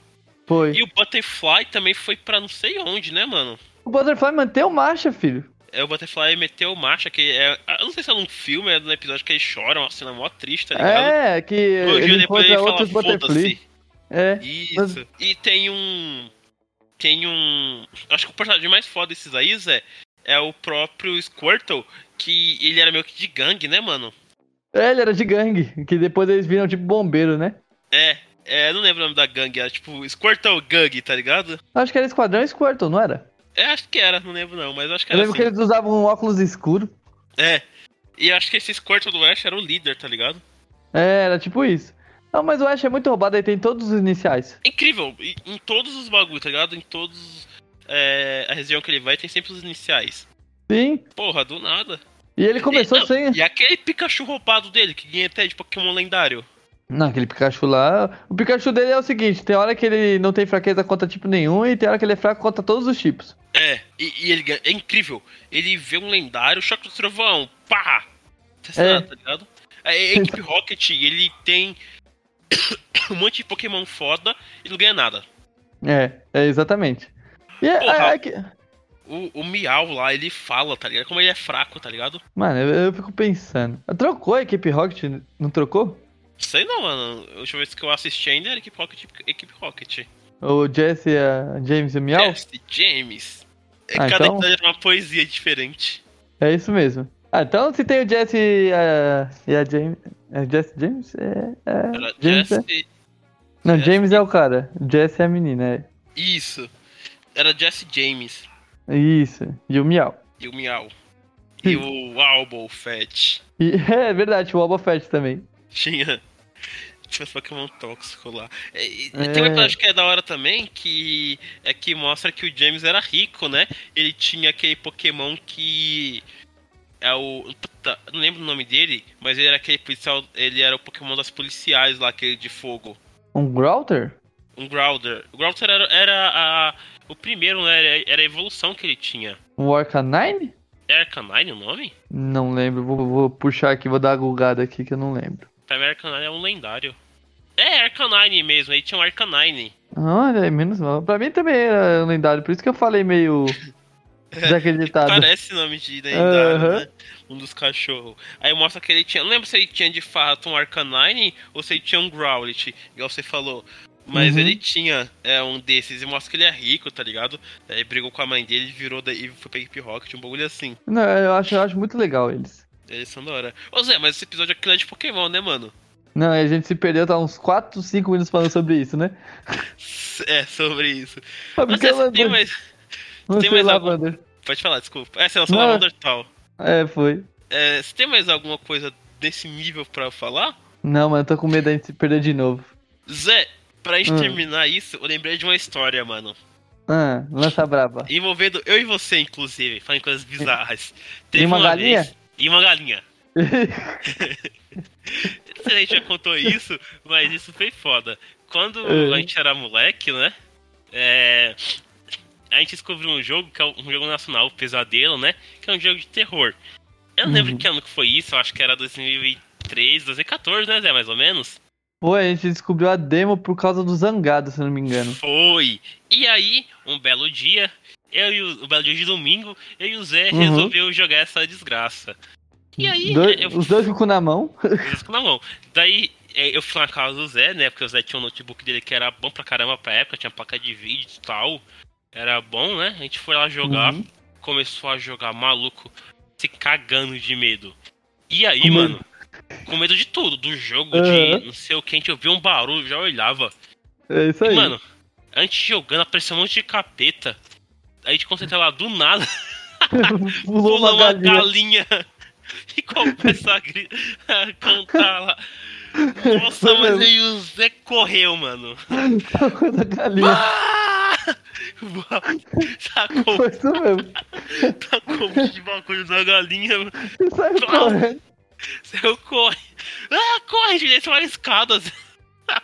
Speaker 2: Foi.
Speaker 1: E o Butterfly também foi pra não sei onde, né, mano?
Speaker 2: O Butterfly manteve o marcha, filho.
Speaker 1: É, o Butterfly meteu marcha, que é. Eu não sei se é num filme, é no episódio que eles choram, uma cena mó triste, tá ligado?
Speaker 2: É, que
Speaker 1: Dois dias
Speaker 2: ele encontra outros Butterfly.
Speaker 1: foda-se.
Speaker 2: É.
Speaker 1: Isso. E tem um. Tem um. Acho que o personagem mais foda desses aí, Zé, é o próprio Squirtle, que ele era meio que de gangue, né, mano?
Speaker 2: É, ele era de gangue, que depois eles viram tipo bombeiro, né?
Speaker 1: É. É, eu não lembro o nome da gangue, era tipo Squirtle Gang, tá ligado?
Speaker 2: Acho que era esquadrão Squirtle, não era?
Speaker 1: É, acho que era, não lembro não, mas acho que
Speaker 2: Eu
Speaker 1: era
Speaker 2: lembro
Speaker 1: assim.
Speaker 2: que eles usavam um óculos escuro.
Speaker 1: É. E acho que esse Squirtle do Ash era o líder, tá ligado?
Speaker 2: É, era tipo isso. Não, mas o Ash é muito roubado, ele tem todos os iniciais.
Speaker 1: incrível. e- Em todos os bagulhos, tá ligado? Em todos. É, a região que ele vai tem sempre os iniciais.
Speaker 2: Sim.
Speaker 1: Porra, do nada.
Speaker 2: E ele começou
Speaker 1: não,
Speaker 2: sem.
Speaker 1: E aquele Pikachu roubado dele, que ganha até de Pokémon lendário.
Speaker 2: Não, aquele Pikachu lá. O Pikachu dele é o seguinte: tem hora que ele não tem fraqueza contra tipo nenhum, e tem hora que ele é fraco contra todos os tipos.
Speaker 1: É, e, e ele ganha. É incrível. Ele vê um lendário, choque do trovão, pá!
Speaker 2: É.
Speaker 1: Assassinado, tá ligado? É, é Equipe Rocket, ele tem um monte de Pokémon foda e não ganha nada.
Speaker 2: É, é exatamente. E é,
Speaker 1: Porra.
Speaker 2: é- é que-
Speaker 1: O, o Miau lá, ele fala, tá ligado? Como ele é fraco, tá ligado?
Speaker 2: Mano, eu, eu fico pensando. Trocou a equipe Rocket? Não trocou?
Speaker 1: Sei não, mano. A última vez que eu assisti ainda era Equipe Rocket. Equipe Rocket.
Speaker 2: O Jesse, a James e É o Miau?
Speaker 1: Jesse, James. É,
Speaker 2: Ah,
Speaker 1: cada
Speaker 2: então-
Speaker 1: episódio era uma poesia diferente.
Speaker 2: É isso mesmo. Ah, então se tem o Jesse e a, e a James. É Jesse James? É, é,
Speaker 1: Era
Speaker 2: James é-
Speaker 1: Jesse.
Speaker 2: Não,
Speaker 1: Jesse.
Speaker 2: James é o cara. Jesse é a menina,
Speaker 1: Isso. Era Jesse James.
Speaker 2: é. Isso. E o Miau.
Speaker 1: E o Miau. E o Albo Fett.
Speaker 2: E, é verdade, o Boba Fett também.
Speaker 1: Tinha. Tinha uns Pokémon tóxico lá. E, e Tem um episódio que é da hora também, que é que mostra que o James era rico, né? Ele tinha aquele Pokémon que. É o. puta, não lembro o nome dele, mas ele era aquele policial. Ele era o Pokémon das policiais lá, aquele de fogo.
Speaker 2: Um Growler?
Speaker 1: Um Growler. O Growler era, era a- o primeiro, né? Era, era a evolução que ele tinha.
Speaker 2: Um Arcanine?
Speaker 1: Era Arcanine o nome?
Speaker 2: Não lembro, vou, vou puxar aqui, vou dar uma gulgada aqui que eu não lembro.
Speaker 1: Pra mim, Arcanine é um lendário. É, Arcanine mesmo, aí tinha um Arcanine.
Speaker 2: Olha, aí, menos mal. Pra mim também era lendário, por isso que eu falei meio desacreditado.
Speaker 1: Parece nome de lendário,
Speaker 2: Aham.
Speaker 1: né? Um dos cachorros. Aí mostra que ele tinha. Não lembro se ele tinha de fato um Arcanine ou se ele tinha um Growlithe, igual você falou. Mas
Speaker 2: Uhum.
Speaker 1: ele tinha é, um desses e mostra que ele é rico, tá ligado? Aí brigou com a mãe dele, virou daí e foi pra Equipe Rocket, um bagulho assim.
Speaker 2: Não, eu acho, eu acho muito legal eles.
Speaker 1: Eles são da hora. Ô Zé, mas esse episódio aqui é de Pokémon, né, mano?
Speaker 2: Não, a gente se perdeu, tá uns 4, 5 minutos falando sobre isso, né?
Speaker 1: É, sobre isso. Mas
Speaker 2: Ah, Porque
Speaker 1: Zé,
Speaker 2: eu
Speaker 1: você
Speaker 2: lancei,
Speaker 1: tem mais.
Speaker 2: lancei
Speaker 1: tem mais
Speaker 2: lá,
Speaker 1: algum?
Speaker 2: Wander.
Speaker 1: Pode falar, desculpa. Essa é a
Speaker 2: Não.
Speaker 1: sua Undertale.
Speaker 2: É, foi.
Speaker 1: É, você tem mais alguma coisa desse nível pra falar?
Speaker 2: Não, mano, eu tô com medo da gente se perder de novo.
Speaker 1: Zé, pra gente
Speaker 2: Hum.
Speaker 1: terminar isso, eu lembrei de uma história, mano.
Speaker 2: Ah, lança braba.
Speaker 1: Envolvendo eu e você, inclusive, falando coisas bizarras.
Speaker 2: E uma galinha?
Speaker 1: vez- E uma galinha. Não sei se a gente já contou isso, mas isso foi foda. Quando
Speaker 2: É.
Speaker 1: a gente era moleque, né? É, a gente descobriu um jogo, que é um jogo nacional, o Pesadelo, né? Que é um jogo de terror. Eu não lembro
Speaker 2: Uhum.
Speaker 1: que ano que foi isso, eu acho que era 2003, 2014, né, Zé? Mais ou menos.
Speaker 2: Pô, a gente descobriu a demo por causa do Zangado, se eu não me engano.
Speaker 1: Foi! E aí, um belo dia, eu e o, um belo dia de domingo, eu e o Zé
Speaker 2: Uhum.
Speaker 1: resolveu jogar essa desgraça. E aí,
Speaker 2: Dois-
Speaker 1: eu
Speaker 2: Os dois com o cu na mão.
Speaker 1: fiz isso na mão. Daí é, eu fui na casa do Zé, né? Porque o Zé tinha um notebook dele que era bom pra caramba pra época, tinha placa de vídeo e tal. Era bom, né? A gente foi lá jogar,
Speaker 2: Uhum.
Speaker 1: começou a jogar maluco, se cagando de medo. E aí,
Speaker 2: Com
Speaker 1: mano, com medo de tudo, do jogo,
Speaker 2: Uhum.
Speaker 1: de não sei o que, a gente ouvia um barulho, já olhava.
Speaker 2: É isso
Speaker 1: E,
Speaker 2: aí.
Speaker 1: mano, a gente jogando, apareceu um monte de capeta. A gente concentrava lá do nada,
Speaker 2: Pulou
Speaker 1: pulou
Speaker 2: uma
Speaker 1: uma galinha.
Speaker 2: galinha.
Speaker 1: E começa a, gri- a cantar lá. Nossa,
Speaker 2: Foi
Speaker 1: mas
Speaker 2: mesmo.
Speaker 1: aí o Zé correu, mano.
Speaker 2: da galinha.
Speaker 1: Ah! Sacou,
Speaker 2: Foi isso mesmo.
Speaker 1: tacou de bagulho na galinha. mano.
Speaker 2: Ele saiu correndo.
Speaker 1: Zé corre. Ah, corre, gente, são escadas.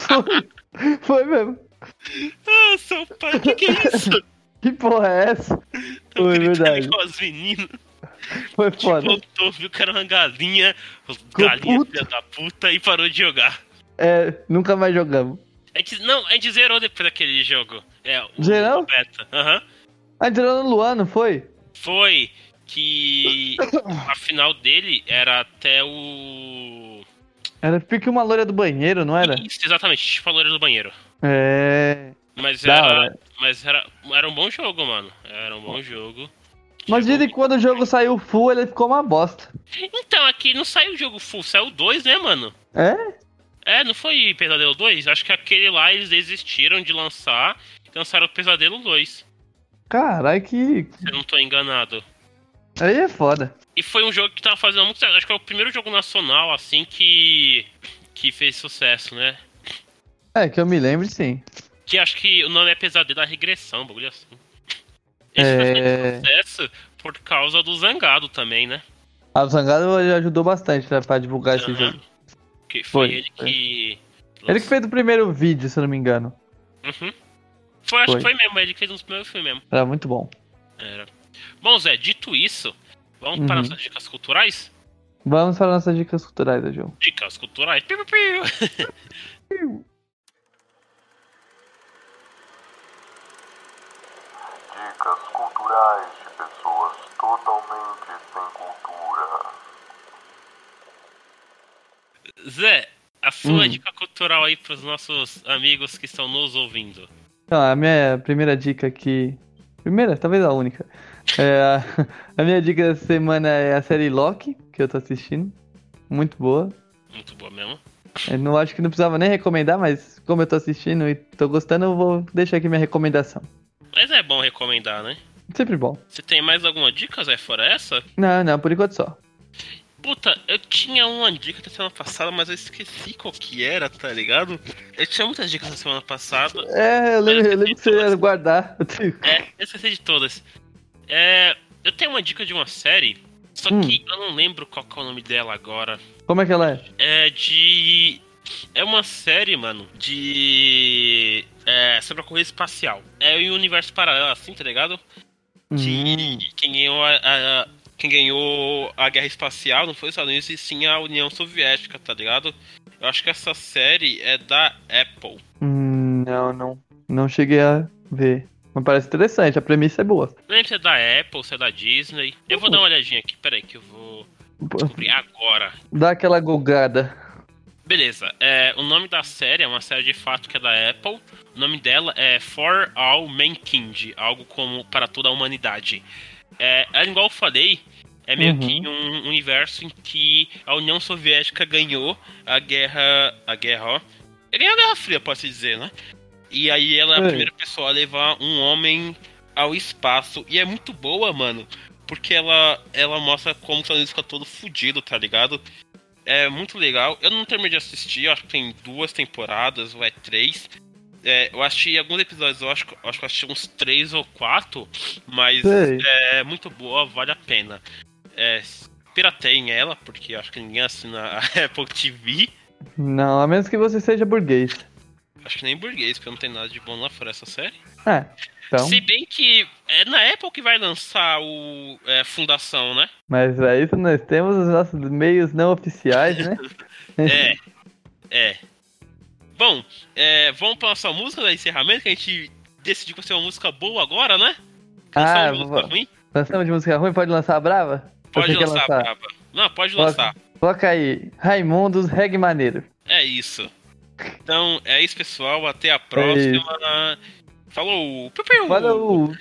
Speaker 2: Foi. Foi mesmo.
Speaker 1: Ah, seu pai, que que é isso?
Speaker 2: Que porra é essa?
Speaker 1: Tô
Speaker 2: Foi
Speaker 1: gritando
Speaker 2: verdade.
Speaker 1: com as meninas.
Speaker 2: Foi foda.
Speaker 1: Voltou, viu que era uma galinha.
Speaker 2: Ficou
Speaker 1: Galinha,
Speaker 2: puto.
Speaker 1: filha da puta, e parou de jogar.
Speaker 2: É, nunca mais jogamos.
Speaker 1: A gente, não, a gente zerou depois daquele jogo. É, o,
Speaker 2: Zerou?
Speaker 1: o beta. Aham.
Speaker 2: A gente era no Luan, não foi?
Speaker 1: Foi que a final dele era até o.
Speaker 2: Era pique uma loira do banheiro, não Ah, era?
Speaker 1: Isso, exatamente, tipo a loira do banheiro.
Speaker 2: É.
Speaker 1: Mas
Speaker 2: Da
Speaker 1: era.
Speaker 2: hora.
Speaker 1: Mas era, era um bom jogo, mano. Era um bom jogo.
Speaker 2: Mas de quando o jogo saiu full, ele ficou uma bosta.
Speaker 1: Então, aqui não saiu o jogo full, saiu o 2, né, mano?
Speaker 2: É?
Speaker 1: É, não foi Pesadelo 2? Acho que aquele lá eles desistiram de lançar e lançaram o Pesadelo 2,
Speaker 2: Caralho, que.
Speaker 1: se eu não tô enganado.
Speaker 2: Aí é foda.
Speaker 1: E foi um jogo que tava fazendo muito sucesso. Acho que é o primeiro jogo nacional, assim, que. que fez sucesso, né?
Speaker 2: É, que eu me lembro, sim.
Speaker 1: Que acho que o nome é Pesadelo da Regressão, um bagulho assim. Esse
Speaker 2: É.
Speaker 1: fez sucesso por causa do Zangado também, né?
Speaker 2: A do Zangado ele ajudou bastante né, pra divulgar esse
Speaker 1: Aham.
Speaker 2: jogo.
Speaker 1: Que foi,
Speaker 2: Foi,
Speaker 1: ele
Speaker 2: foi.
Speaker 1: que.
Speaker 2: Ele que fez o primeiro vídeo, se eu não me engano.
Speaker 1: Uhum. Foi, acho
Speaker 2: Foi.
Speaker 1: que foi mesmo, ele que fez um dos primeiros filmes mesmo.
Speaker 2: Era muito bom.
Speaker 1: Era. Bom, Zé, dito isso, vamos para
Speaker 2: Uhum.
Speaker 1: nossas dicas culturais?
Speaker 2: Vamos para nossas dicas culturais, né, João.
Speaker 1: Dicas culturais. Piu, piu, piu.
Speaker 3: Dicas culturais de pessoas totalmente sem cultura.
Speaker 1: Zé, a sua
Speaker 2: Hum.
Speaker 1: dica cultural aí pros nossos amigos que estão nos ouvindo.
Speaker 2: Então, a minha primeira dica aqui. Primeira, talvez a única. É, a- a minha dica dessa semana é a série Loki, que eu tô assistindo. Muito boa.
Speaker 1: Muito boa mesmo.
Speaker 2: Eu não acho que não precisava nem recomendar, mas como eu tô assistindo e tô gostando, eu vou deixar aqui minha recomendação.
Speaker 1: Mas é bom recomendar, né?
Speaker 2: Sempre bom.
Speaker 1: Você tem mais alguma dica, Zé, fora essa?
Speaker 2: Não, não, por enquanto só.
Speaker 1: Puta, eu tinha uma dica da semana passada, mas eu esqueci qual que era, tá ligado? Eu tinha muitas dicas da semana passada.
Speaker 2: É, eu lembro, eu lembro que você ia guardar.
Speaker 1: É, eu esqueci de todas. É, eu tenho uma dica de uma série, só
Speaker 2: Hum.
Speaker 1: que eu não lembro qual que é o nome dela agora.
Speaker 2: Como é que ela é?
Speaker 1: É de. É uma série, mano, de. É, sobre a corrida espacial. É um universo paralelo, assim, tá ligado?
Speaker 2: Hum.
Speaker 1: De quem ganhou a, a- quem ganhou a guerra espacial não foi os Estados Unidos e sim a União Soviética, tá ligado? Eu acho que essa série é da Apple.
Speaker 2: Hum, não, não. Não cheguei a ver. Mas parece interessante, a premissa é boa.
Speaker 1: Não lembro se é da Apple, se é da Disney. Eu vou dar uma olhadinha aqui, peraí, que eu vou
Speaker 2: Pô,
Speaker 1: descobrir agora.
Speaker 2: Dá aquela gogada.
Speaker 1: Beleza, é, o nome da série é uma série de fato que é da Apple. O nome dela é For All Mankind, algo como para toda a humanidade. É, é igual eu falei, é meio
Speaker 2: Uhum.
Speaker 1: que um universo em que a União Soviética ganhou a guerra. A guerra, ó. Ganhou a Guerra Fria, pode-se dizer, né? E aí ela é a
Speaker 2: É.
Speaker 1: primeira pessoa a levar um homem ao espaço. E é muito boa, mano. Porque ela, ela mostra como os Estados Unidos fica todo fudido, tá ligado? É muito legal. Eu não terminei de assistir, eu acho que tem duas temporadas, ou é três. É, eu achei alguns episódios, eu acho, que- acho que eu assisti uns três ou quatro, mas
Speaker 2: Sei.
Speaker 1: é muito boa, vale a pena. É, pirateiem ela, porque eu acho que ninguém assina a Apple TV.
Speaker 2: Não, a menos que você seja burguês.
Speaker 1: Acho que nem burguês, porque não tem nada de bom lá fora essa série.
Speaker 2: É, então.
Speaker 1: Se bem que é na Apple que vai lançar o é, Fundação, né?
Speaker 2: Mas pra isso nós temos os nossos meios não oficiais, né?
Speaker 1: É. É. Bom, é, vamos pra nossa música da encerramento, que a gente decidiu que vai ser uma música boa agora, né? Canção
Speaker 2: Ah,
Speaker 1: de música
Speaker 2: vou-
Speaker 1: ruim?
Speaker 2: Lançamos de música ruim, pode lançar a brava?
Speaker 1: Pode
Speaker 2: Você quer
Speaker 1: lançar,
Speaker 2: lançar?
Speaker 1: Braba. Não, pode
Speaker 2: Posso?
Speaker 1: lançar.
Speaker 2: Coloca aí, Raimundos Reg Maneiro.
Speaker 1: É isso. Então, é isso, pessoal. Até a
Speaker 2: É
Speaker 1: próxima. Falou! Piu, piu.
Speaker 2: Falou!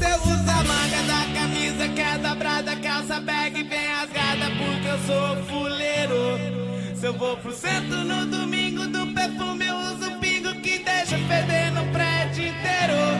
Speaker 4: Eu uso a manga da camisa que é dobrada, calça bag bem rasgada, porque eu sou fuleiro. Se eu vou pro centro no domingo do perfume, eu uso pingo que deixa fedendo o prédio inteiro. é tá né? tá é é Oh, oh. Ah, Tá é um é é é